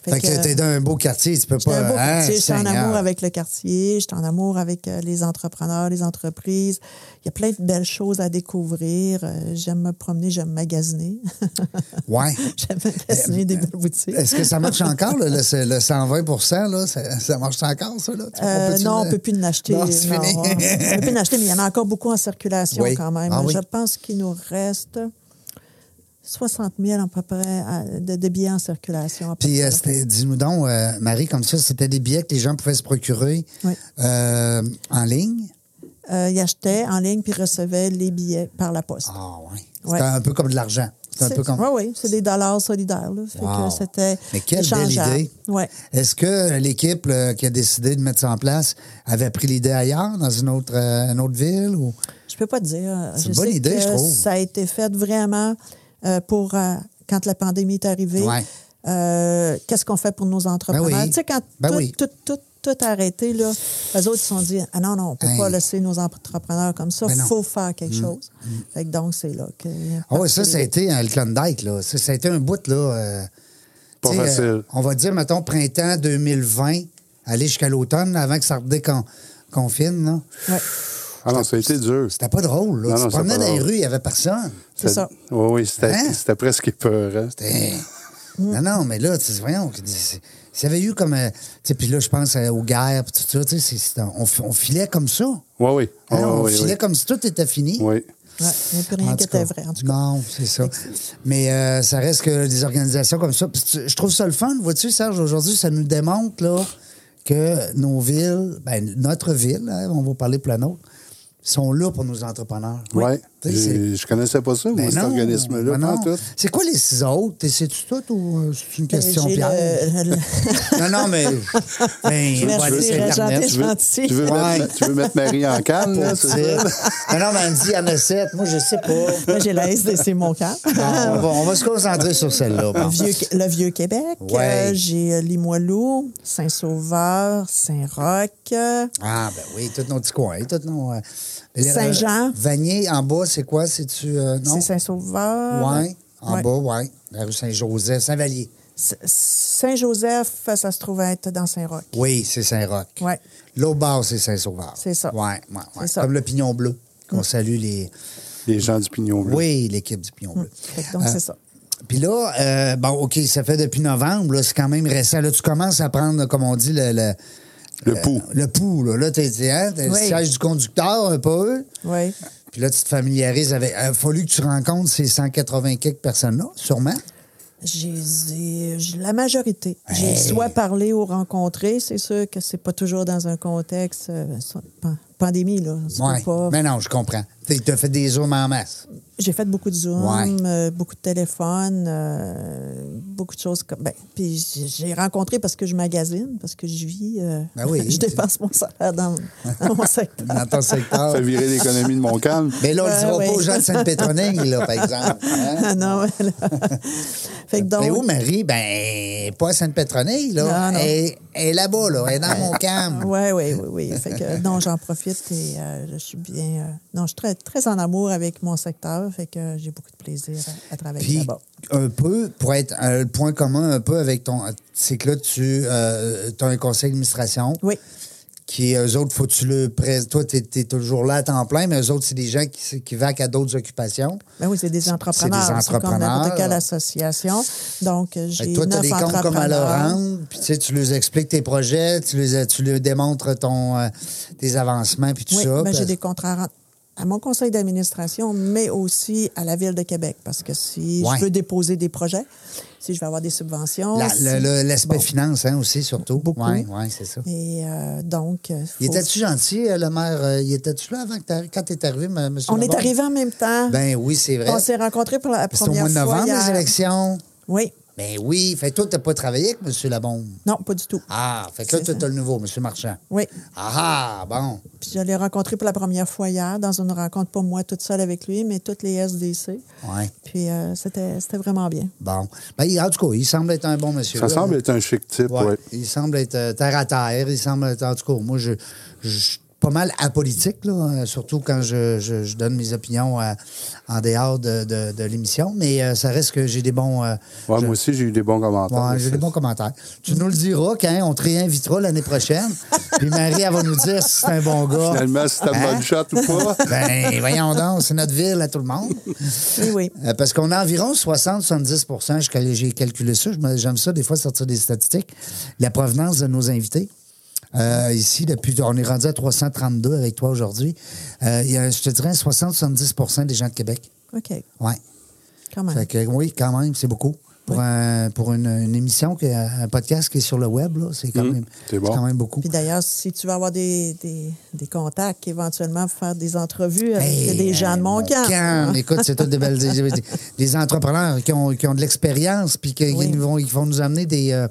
Speaker 2: Fait que t'es dans un beau quartier, tu peux
Speaker 4: J'étais
Speaker 2: pas.
Speaker 4: un beau
Speaker 2: hein,
Speaker 4: quartier, j'étais en
Speaker 2: Seigneur.
Speaker 4: amour avec le quartier, j'étais en amour avec euh, les entrepreneurs, les entreprises. Il y a plein de belles choses à découvrir. Euh, J'aime me promener, j'aj'aime magasiner.
Speaker 2: Ouais.
Speaker 4: j'aime magasiner des belles boutiques.
Speaker 2: Est-ce que ça marche encore, là, le, le 120 là? Ça, ça marche encore, ça? Là? Tu-
Speaker 4: Euh,
Speaker 2: peut-tu
Speaker 4: non, on
Speaker 2: le-
Speaker 4: ne peut plus en acheter.
Speaker 2: Non, c'est
Speaker 4: Non,
Speaker 2: fini.
Speaker 4: on ne peut plus en acheter, mais il y en a encore beaucoup en circulation
Speaker 2: Oui.
Speaker 4: quand même.
Speaker 2: Ah oui.
Speaker 4: Je pense qu'il nous reste 60 000 à peu près euh, de, de billets en circulation. à peu
Speaker 2: Puis,
Speaker 4: près.
Speaker 2: euh, c'était- dis-nous donc, euh, Marie, comme ça, c'était des billets que les gens pouvaient se procurer
Speaker 4: Oui.
Speaker 2: euh, en ligne?
Speaker 4: Euh, ils achetaient en ligne puis recevaient les billets par la poste.
Speaker 2: Ah, oui.
Speaker 4: Ouais.
Speaker 2: C'était un peu comme de l'argent. C'était un peu comme.
Speaker 4: Oui, oui, c'est des dollars solidaires. là. Fait que
Speaker 2: Wow.
Speaker 4: c'était
Speaker 2: Mais quelle belle
Speaker 4: échangeable.
Speaker 2: idée.
Speaker 4: Ouais.
Speaker 2: Est-ce que l'équipe là, qui a décidé de mettre ça en place avait pris l'idée ailleurs, dans une autre, euh, une autre ville? Ou...
Speaker 4: Je peux pas te dire.
Speaker 2: C'est
Speaker 4: Je
Speaker 2: une bonne
Speaker 4: sais
Speaker 2: idée,
Speaker 4: que
Speaker 2: je trouve.
Speaker 4: Ça a été fait vraiment euh, pour euh, quand la pandémie est arrivée.
Speaker 2: Ouais.
Speaker 4: Euh, Qu'est-ce qu'on fait pour nos entrepreneurs?
Speaker 2: Ben oui.
Speaker 4: Tu sais, quand
Speaker 2: Ben
Speaker 4: tout,
Speaker 2: oui.
Speaker 4: tout, tout, tout a arrêté, là, eux autres, ils se sont dit Ah non, non, on ne peut
Speaker 2: Hein.
Speaker 4: pas laisser nos entrepreneurs comme ça.
Speaker 2: Ben
Speaker 4: Il
Speaker 2: non. Mm.
Speaker 4: faut faire quelque chose. Fait que donc, c'est là que.
Speaker 2: Ah oui, ça, ça a été euh, le Klondike, là. Ça, ça a été un bout, là. euh,
Speaker 3: Pas
Speaker 2: tu sais,
Speaker 3: facile.
Speaker 2: euh, on va dire, mettons, printemps 2020, aller jusqu'à l'automne, avant que ça redéconfine, là.
Speaker 4: Ouais,
Speaker 3: Ah non, ça a été dur.
Speaker 2: C'était pas drôle, là.
Speaker 3: Non,
Speaker 2: tu
Speaker 3: non,
Speaker 2: te promenais
Speaker 3: c'était pas
Speaker 2: dans les
Speaker 3: drôle.
Speaker 2: rues, il n'y avait personne.
Speaker 4: c'est ça.
Speaker 3: Oui, oui, c'était
Speaker 2: Hein?
Speaker 3: c'était presque épeurant.
Speaker 2: C'était-
Speaker 4: Mm.
Speaker 2: Non, non, mais là, tu sais, voyons, c'est- c'est- s'il y avait eu comme. euh, Tu sais, puis là, je pense euh, aux guerres, puis tout ça, tu sais, c'est- c'est un- on, fi- on filait comme ça.
Speaker 3: Oui, oui.
Speaker 2: Hein, on
Speaker 3: Ah oui,
Speaker 2: filait
Speaker 3: oui.
Speaker 2: comme si tout était fini.
Speaker 3: Oui.
Speaker 4: Ouais. Il n'y a plus rien
Speaker 2: En
Speaker 4: qui
Speaker 2: tout cas.
Speaker 4: était vrai, en tout cas.
Speaker 2: Non, c'est ça. Mais euh, ça reste que des organisations comme ça. Puis tu- Je trouve ça le fun, vois-tu, Serge, aujourd'hui, ça nous démontre là, que nos villes, ben, notre ville, hein, on va parler pour la nôtre, sont là pour nos entrepreneurs.
Speaker 3: Ouais.
Speaker 2: Tu sais, c'est-
Speaker 3: J'ai- Je connaissais pas ça, moi,
Speaker 2: Ben
Speaker 3: cet
Speaker 2: non,
Speaker 3: organisme-là,
Speaker 2: ben non.
Speaker 3: pas en tout.
Speaker 2: C'est quoi les six autres? C'est-tu tout ou euh, c'est une question
Speaker 4: Ben, J'ai
Speaker 2: piège?
Speaker 4: le- le-
Speaker 2: Non, non, mais. ben, on va aller
Speaker 4: Merci,
Speaker 2: sur Internet.
Speaker 4: Régenté.
Speaker 3: Tu veux,
Speaker 4: Gentil.
Speaker 3: tu veux
Speaker 2: Ouais.
Speaker 3: mettre, tu veux mettre Marie en canne, là, c'est
Speaker 2: Non,
Speaker 3: ça?
Speaker 2: non, mais elle me dit, il y en a sept. Moi, je sais pas.
Speaker 4: Moi, j'ai la SDC, mon camp.
Speaker 2: Bon, on, va, on va se concentrer sur celle-là. bon.
Speaker 4: Le Vieux- le Vieux-Québec.
Speaker 2: Ouais.
Speaker 4: euh, j'ai euh, Limoilou, Saint-Sauveur, Saint-Roch. euh,
Speaker 2: Ah, ben oui, tous nos petits coins, tous nos. euh, mais les-
Speaker 4: Saint-Jean.
Speaker 2: euh, Vanier, en bas, c'est quoi? C'est-tu. euh, non?
Speaker 4: C'est Saint-Sauveur.
Speaker 2: Ouais, en bas, ouais. La rue Saint-Joseph, Saint-Vallier.
Speaker 4: S- Saint-Joseph, euh, ça se trouve être dans Saint-Roch.
Speaker 2: Oui, c'est Saint-Roch.
Speaker 4: Ouais.
Speaker 2: L'autre bord, c'est Saint-Sauveur.
Speaker 4: C'est ça.
Speaker 2: Oui, ouais, ouais.
Speaker 4: C'est ça. Mm.
Speaker 2: Comme le Pignon Bleu, qu'on salue les...
Speaker 3: Les gens du Pignon Bleu.
Speaker 2: Oui, l'équipe du Pignon Bleu.
Speaker 4: Mm.
Speaker 2: Euh,
Speaker 4: Fait que donc, c'est ça.
Speaker 2: Puis là, euh, bon, OK, ça fait depuis novembre, là, c'est quand même récent. Là, tu commences à prendre, comme on dit, le... le
Speaker 3: Le pouls.
Speaker 2: Le pouls, là. Là, t'es, t'es- hein, t'as le
Speaker 4: Oui.
Speaker 2: siège du conducteur, un peu.
Speaker 4: Oui.
Speaker 2: Puis là, tu te familiarises avec... Il a fallu que tu rencontres ces 180 quelques personnes-là, sûrement.
Speaker 4: J'ai- J'ai j'ai la majorité. J'ai
Speaker 2: Hey.
Speaker 4: soit parlé ou rencontré. C'est sûr que c'est pas toujours dans un contexte euh, so- pan- pandémie. Là. Tu peux
Speaker 2: Oui.
Speaker 4: pas-
Speaker 2: Mais non, je comprends. Tu as fait des zooms en masse.
Speaker 4: J'ai fait beaucoup de Zoom,
Speaker 2: Ouais.
Speaker 4: euh, beaucoup de téléphones, euh, beaucoup de choses comme. Ben, puis j'ai- j'ai rencontré parce que je magasine, parce que je vis. euh,
Speaker 2: Ben oui.
Speaker 4: je dépense mon salaire dans, dans mon secteur.
Speaker 2: dans ton secteur.
Speaker 3: Ça virait l'économie de mon calme.
Speaker 2: Mais là, on ne le dira
Speaker 4: Ah,
Speaker 2: pas
Speaker 4: oui.
Speaker 2: aux gens de Sainte-Pétronille, là, par exemple. Hein?
Speaker 4: Ah non, voilà. fait que donc,
Speaker 2: Mais où Marie? Ben, pas à Sainte-Pétronille, là.
Speaker 4: Non, non.
Speaker 2: Elle, elle est là-bas, là. Elle est dans mon camp.
Speaker 4: Oui, oui, oui, oui. Fait que euh, non, j'en profite et euh, je suis bien. euh, non, je suis très, très en amour avec mon secteur. Fait que euh, j'ai beaucoup de plaisir à, à travailler
Speaker 2: Puis,
Speaker 4: là-bas.
Speaker 2: un peu, pour être euh, le point commun un peu avec ton. C'est que là, tu as un conseil d'administration
Speaker 4: Oui,
Speaker 2: qui, eux autres, faut que tu le pré- Toi, tu es, toujours là à temps plein, mais eux autres, c'est des gens qui, qui vaquent à d'autres occupations.
Speaker 4: ben oui, c'est des entrepreneurs. comme
Speaker 2: entrepreneurs.
Speaker 4: n'importe quelle association. Donc, euh,
Speaker 2: Fait que
Speaker 4: j'ai
Speaker 2: toi, tu as
Speaker 4: neuf
Speaker 2: des comptes comme à leur
Speaker 4: entrepreneurs.
Speaker 2: rendre, puis tu sais, tu leur expliques tes projets, tu leur, tu leur démontres ton, euh, tes avancements, puis tout
Speaker 4: Oui,
Speaker 2: ça.
Speaker 4: mais ben, j'ai
Speaker 2: parce-
Speaker 4: des contrats à rendre à mon conseil d'administration, mais aussi à la Ville de Québec. Parce que si
Speaker 2: Ouais.
Speaker 4: je veux déposer des projets, si je veux avoir des subventions.
Speaker 2: La-
Speaker 4: si-
Speaker 2: le- le- L'aspect
Speaker 4: Bon.
Speaker 2: finance, hein, aussi, surtout.
Speaker 4: Beaucoup.
Speaker 2: Oui, ouais, c'est ça.
Speaker 4: Et euh, donc. euh,
Speaker 2: Il
Speaker 4: faut-
Speaker 2: était-tu gentil, euh, le maire? euh, Il était-tu là avant que t'arri- quand t'es arrivé, m- monsieur
Speaker 4: On est
Speaker 2: Labarre?
Speaker 4: arrivé en même temps.
Speaker 2: Ben oui, c'est vrai.
Speaker 4: On s'est rencontrés pour la
Speaker 2: C'est au
Speaker 4: première
Speaker 2: mois de
Speaker 4: fois.
Speaker 2: novembre,
Speaker 4: hier.
Speaker 2: les élections.
Speaker 4: Oui.
Speaker 2: Ben oui. Fait que toi, t'as pas travaillé avec monsieur Labombe.
Speaker 4: Non, pas du tout.
Speaker 2: Ah, fait que là,
Speaker 4: C'est
Speaker 2: toi,
Speaker 4: ça.
Speaker 2: t'as le nouveau, monsieur Marchand.
Speaker 4: Oui.
Speaker 2: Ah, ah, bon.
Speaker 4: Puis je l'ai rencontré pour la première fois hier dans une rencontre, pas moi toute seule avec lui, mais toutes les SDC.
Speaker 2: Ouais.
Speaker 4: Puis euh, c'était c'était vraiment bien.
Speaker 2: Bon. Ben, il- en tout cas, il semble être un bon monsieur.
Speaker 3: Ça
Speaker 2: là.
Speaker 3: semble être un chic type,
Speaker 2: Ouais.
Speaker 3: ouais.
Speaker 2: Il semble être euh, terre à terre. Il semble être, en tout cas, moi, je, je suis pas mal apolitique, là, euh, surtout quand je, je- je donne mes opinions euh, en dehors de, de- de l'émission. Mais euh, ça reste que j'ai des bons. euh,
Speaker 3: Ouais,
Speaker 2: je-
Speaker 3: Moi aussi, j'ai eu des bons commentaires.
Speaker 2: ouais, j'ai des bons commentaires. Tu nous le diras quand on te réinvitera l'année prochaine. Puis Marie, elle va nous dire si c'est un bon gars.
Speaker 3: Finalement, si t'as
Speaker 2: Hein?
Speaker 3: bonne shot ou pas.
Speaker 2: Ben, voyons donc, c'est notre ville à tout le monde.
Speaker 4: Oui, oui.
Speaker 2: Euh, parce qu'on a environ 60-70 je cal- j'ai calculé ça, je me- j'aime ça des fois sortir des statistiques, la provenance de nos invités. Euh, ici, depuis, on est rendu à 332 avec toi aujourd'hui. Euh, il y a, je te dirais 60-70 des gens de Québec.
Speaker 4: OK.
Speaker 2: Ouais.
Speaker 4: Quand même.
Speaker 2: Fait que, oui, quand même, c'est beaucoup. Pour,
Speaker 4: Oui.
Speaker 2: un- pour une, une émission, qui- un podcast qui est sur le web, là, c'est quand,
Speaker 3: Mhm.
Speaker 2: même-
Speaker 3: C'est bon.
Speaker 2: c'est quand même beaucoup.
Speaker 4: Puis d'ailleurs, si tu veux avoir des, des, des contacts, éventuellement faire des entrevues avec
Speaker 2: Hey, euh,
Speaker 4: des gens de mon
Speaker 2: mon
Speaker 4: camp.
Speaker 2: camp. Écoute, c'est tout des belles. des- des- des entrepreneurs qui ont, qui ont de l'expérience puis que-
Speaker 4: Oui.
Speaker 2: qui, nous vont, qui vont nous amener des. euh,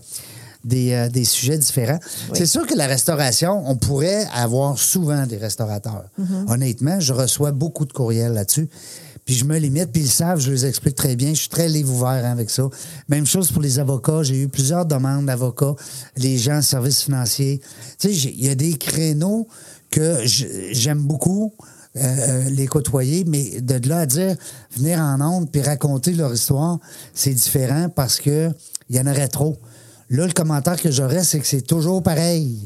Speaker 2: des, euh, des sujets différents.
Speaker 4: Oui.
Speaker 2: C'est sûr que la restauration, on pourrait avoir souvent des restaurateurs.
Speaker 4: Mm-hmm.
Speaker 2: Honnêtement, je reçois beaucoup de courriels là-dessus. Puis je me limite, puis ils le savent, je les explique très bien. Je suis très livre ouvert hein, avec ça. Même chose pour les avocats. J'ai eu plusieurs demandes d'avocats, les gens, services financiers. Tu sais, j'ai- il y a des créneaux que je- j'aime beaucoup euh, euh, les côtoyer, mais de là à dire venir en onde puis raconter leur histoire, c'est différent parce que il y en aurait trop. Là, le commentaire que j'aurais, c'est que c'est toujours pareil.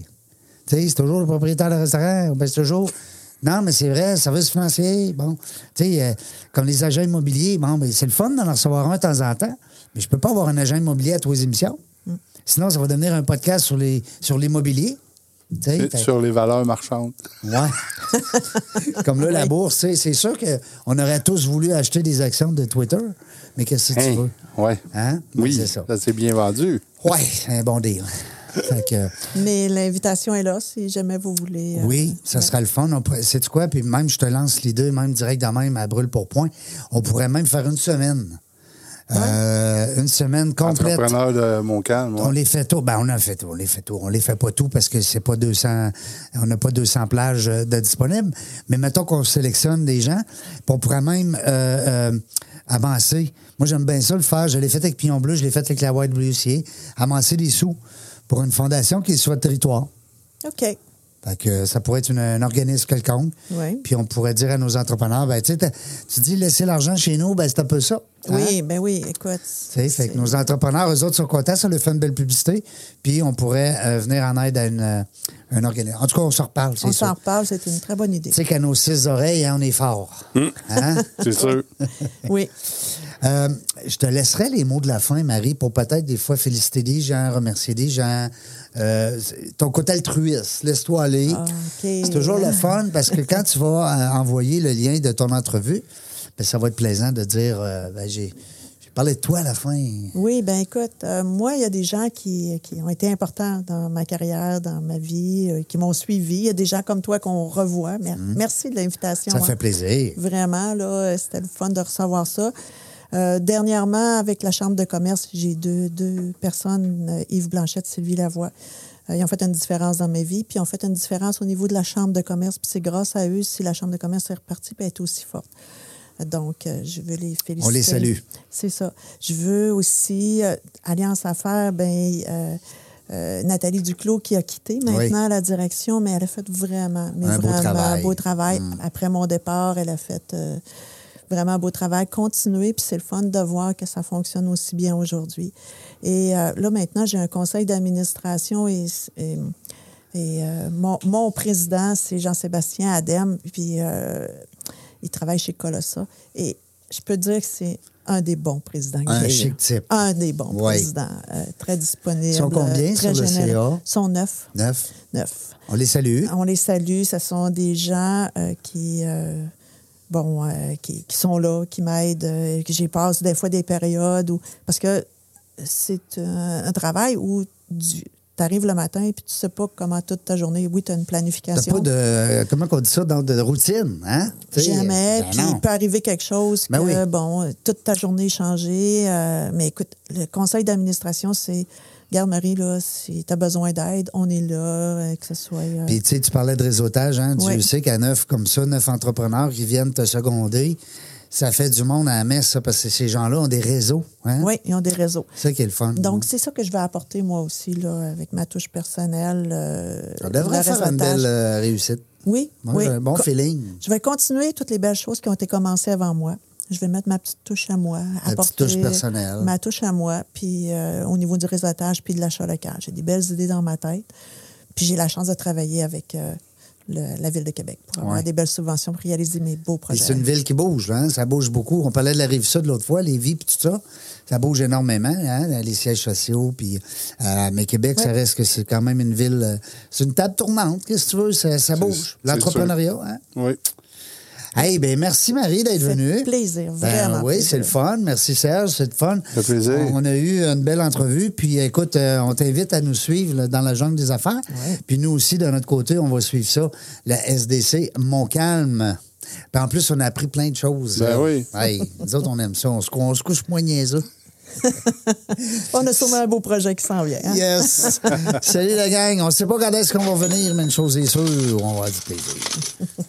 Speaker 2: Tu sais, c'est toujours le propriétaire de restaurant. Ben, c'est toujours. Non, mais c'est vrai, service financier, bon. Tu sais, euh, comme les agents immobiliers, bon, ben, c'est le fun d'en recevoir un de temps en temps, mais je peux pas avoir un agent immobilier à tous les émissions. Sinon, ça va devenir un podcast sur les sur l'immobilier. Tu sais, fait-
Speaker 3: Sur les valeurs marchandes.
Speaker 2: Ouais. Comme là, la bourse, tu sais, c'est sûr qu'on aurait tous voulu acheter des actions de Twitter, mais qu'est-ce que tu
Speaker 3: Hein,
Speaker 2: veux?
Speaker 3: Ouais.
Speaker 2: Hein?
Speaker 3: Oui,
Speaker 2: C'est ça.
Speaker 3: ça s'est bien vendu.
Speaker 2: Ouais, un bon deal. Fait que,
Speaker 4: Mais l'invitation est là si jamais vous voulez. euh,
Speaker 2: oui, ça
Speaker 4: ouais.
Speaker 2: serait le fun. C'est quoi? Puis même, je te lance l'idée, même direct dans même à brûle pour point, on pourrait même faire une semaine. Euh, une semaine complète.
Speaker 3: Entrepreneur de mon calme.
Speaker 2: On les fait tous. Ben, on a fait tout. On les fait tout. On les fait pas tout parce que c'est pas 200. On n'a pas 200 plages euh, de disponibles. Mais mettons qu'on sélectionne des gens. puis On pourrait même euh, euh, avancer. Moi, j'aime bien ça le faire. Je l'ai fait avec Pignon Bleu. Je l'ai fait avec la White Blue Huissier. Avancer des sous pour une fondation qui est sur le territoire.
Speaker 4: OK.
Speaker 2: Fait que euh, ça pourrait être une- un organisme quelconque.
Speaker 4: Oui.
Speaker 2: Puis on pourrait dire à nos entrepreneurs, ben, tu sais, t'as- tu dis laisser l'argent chez nous, ben, c'est un peu ça.
Speaker 4: Oui, ben oui, écoute.
Speaker 2: Tu sais, fait que nos entrepreneurs, eux autres, sont contents, ça leur fait une belle publicité. Puis on pourrait euh, venir en aide à une, euh, un organisme. En tout cas, on s'en reparle, c'est
Speaker 4: On s'en
Speaker 2: sûr.
Speaker 4: reparle, c'est une très bonne idée.
Speaker 2: Tu sais qu'à nos six oreilles, hein, on est fort. Hein?
Speaker 3: C'est sûr.
Speaker 4: Oui.
Speaker 2: Euh, je te laisserai les mots de la fin, Marie, pour peut-être des fois féliciter des gens, remercier des gens. Euh, c'est- ton côté altruiste, laisse-toi aller.
Speaker 4: Ah, OK.
Speaker 2: C'est toujours le fun parce que quand tu vas euh, envoyer le lien de ton entrevue, ben, ça va être plaisant de dire euh, ben, j'ai j'ai parlé de toi à la fin.
Speaker 4: Oui, ben écoute, euh, moi, il y a des gens qui, qui ont été importants dans ma carrière, dans ma vie, euh, qui m'ont suivi. Il y a des gens comme toi qu'on revoit. Mer- Merci de l'invitation.
Speaker 2: Mm-hmm. Ça
Speaker 4: hein.
Speaker 2: fait plaisir.
Speaker 4: Vraiment, là, euh, c'était le fun de recevoir ça. Euh, dernièrement, avec la Chambre de commerce, j'ai deux, deux personnes, euh, Yves Blanchette, Sylvie Lavoie. euh, ils ont fait une différence dans ma vie, puis ils ont fait une différence au niveau de la Chambre de commerce. Puis c'est grâce à eux si la Chambre de commerce est repartie puis elle est aussi forte. Donc, euh, je veux les féliciter.
Speaker 2: On les salue.
Speaker 4: C'est ça. Je veux aussi, euh, Alliance Affaires, ben, euh, euh, Nathalie Duclos qui a quitté maintenant la direction, mais elle a fait vraiment, mais
Speaker 2: Un beau
Speaker 4: vraiment
Speaker 2: travail. Mm.
Speaker 4: beau travail. Après mon départ, elle a fait euh, vraiment beau travail. Continuer, puis c'est le fun de voir que ça fonctionne aussi bien aujourd'hui. Et euh, là, maintenant, j'ai un conseil d'administration et, et- et, euh, mon, mon président, c'est Jean-Sébastien Adem, puis euh, il travaille chez Colossa. Et je peux dire que c'est un des bons présidents. que
Speaker 2: Un
Speaker 4: j'ai eu.
Speaker 2: chic type.
Speaker 4: Un des bons
Speaker 2: Ouais.
Speaker 4: présidents. euh, très disponible.
Speaker 2: Ils sont combien
Speaker 4: euh, très
Speaker 2: sur le
Speaker 4: généreux.
Speaker 2: CA?
Speaker 4: Ils sont neuf.
Speaker 2: Neuf.
Speaker 4: Neuf.
Speaker 2: On les salue.
Speaker 4: On les salue. Ce sont des gens euh, qui, euh, bon, euh, qui, qui sont là, qui m'aident, euh, que j'y passe des fois des périodes. Où, parce que c'est euh, un, un travail où tu arrives le matin et tu sais pas comment toute ta journée. Oui, tu as une
Speaker 2: T'as
Speaker 4: planification.
Speaker 2: pas de. euh, Comment on dit ça? dans- de routine, hein? Tu sais,
Speaker 4: Jamais.
Speaker 2: ben
Speaker 4: Puis
Speaker 2: non.
Speaker 4: il peut arriver quelque chose
Speaker 2: Ben
Speaker 4: que,
Speaker 2: oui.
Speaker 4: bon, toute ta journée est changée. euh, mais écoute, le conseil d'administration, c'est. Garde Marie, là, si tu as besoin d'aide, on est là, euh, que ce soit. euh,
Speaker 2: Puis, tu sais, tu parlais de réseautage, hein? Tu
Speaker 4: Oui.
Speaker 2: sais qu'à neuf comme ça, neuf entrepreneurs qui viennent te seconder, ça fait du monde à la messe, ça, parce que ces gens-là ont des réseaux, hein?
Speaker 4: oui, ils ont des réseaux.
Speaker 2: C'est ça qui est le fun.
Speaker 4: Donc, c'est ça que je vais apporter moi aussi, là, avec ma touche personnelle. euh,
Speaker 2: on devrait Ah,
Speaker 4: le
Speaker 2: ben, faire une
Speaker 4: réseautage.
Speaker 2: belle euh, réussite.
Speaker 4: Oui,
Speaker 2: Moi,
Speaker 4: oui.
Speaker 2: j'ai un bon
Speaker 4: Co-
Speaker 2: feeling.
Speaker 4: Je vais continuer toutes les belles choses qui ont été commencées avant moi. Je vais mettre ma petite touche à moi.
Speaker 2: petite touche personnelle.
Speaker 4: Ma touche à moi, puis euh, au niveau du réseautage, puis de l'achat local. J'ai des belles idées dans ma tête. Puis j'ai la chance de travailler avec euh, le- la Ville de Québec pour avoir
Speaker 2: Ouais.
Speaker 4: des belles subventions pour réaliser mes beaux
Speaker 2: Puis
Speaker 4: projets.
Speaker 2: c'est une ville qui bouge, hein? ça bouge beaucoup. On parlait de la rive sud l'autre fois, Lévis, puis tout ça. Ça bouge énormément, hein? les sièges sociaux. Puis, euh, mais Québec, ça reste que c'est quand même une ville. euh, c'est une table tournante, qu'est-ce que tu veux? Ça, ça bouge.
Speaker 3: sûr.
Speaker 2: L'entrepreneuriat. Hein?
Speaker 3: Oui.
Speaker 2: Hey, ben merci Marie d'être
Speaker 4: Ça fait
Speaker 2: venue.
Speaker 4: plaisir,
Speaker 2: Ben
Speaker 4: vraiment
Speaker 2: oui,
Speaker 4: plaisir.
Speaker 2: c'est le fun. Merci Serge, c'est le fun.
Speaker 3: Ça fait plaisir.
Speaker 2: On a eu une belle entrevue. Puis écoute, euh, on t'invite à nous suivre là, dans la jungle des affaires. Puis nous aussi, de notre côté, on va suivre ça. La SDC, Mon Calme. Puis en plus, on a appris plein de choses.
Speaker 3: Ben
Speaker 2: là.
Speaker 3: oui.
Speaker 2: Hey, nous autres, on aime ça. On se, on se couche moins niaiseux.
Speaker 4: On a sûrement un beau projet qui s'en vient. hein?
Speaker 2: Yes! Salut la gang. On sait pas quand est-ce qu'on va venir, mais une chose est sûre, on va avoir du plaisir.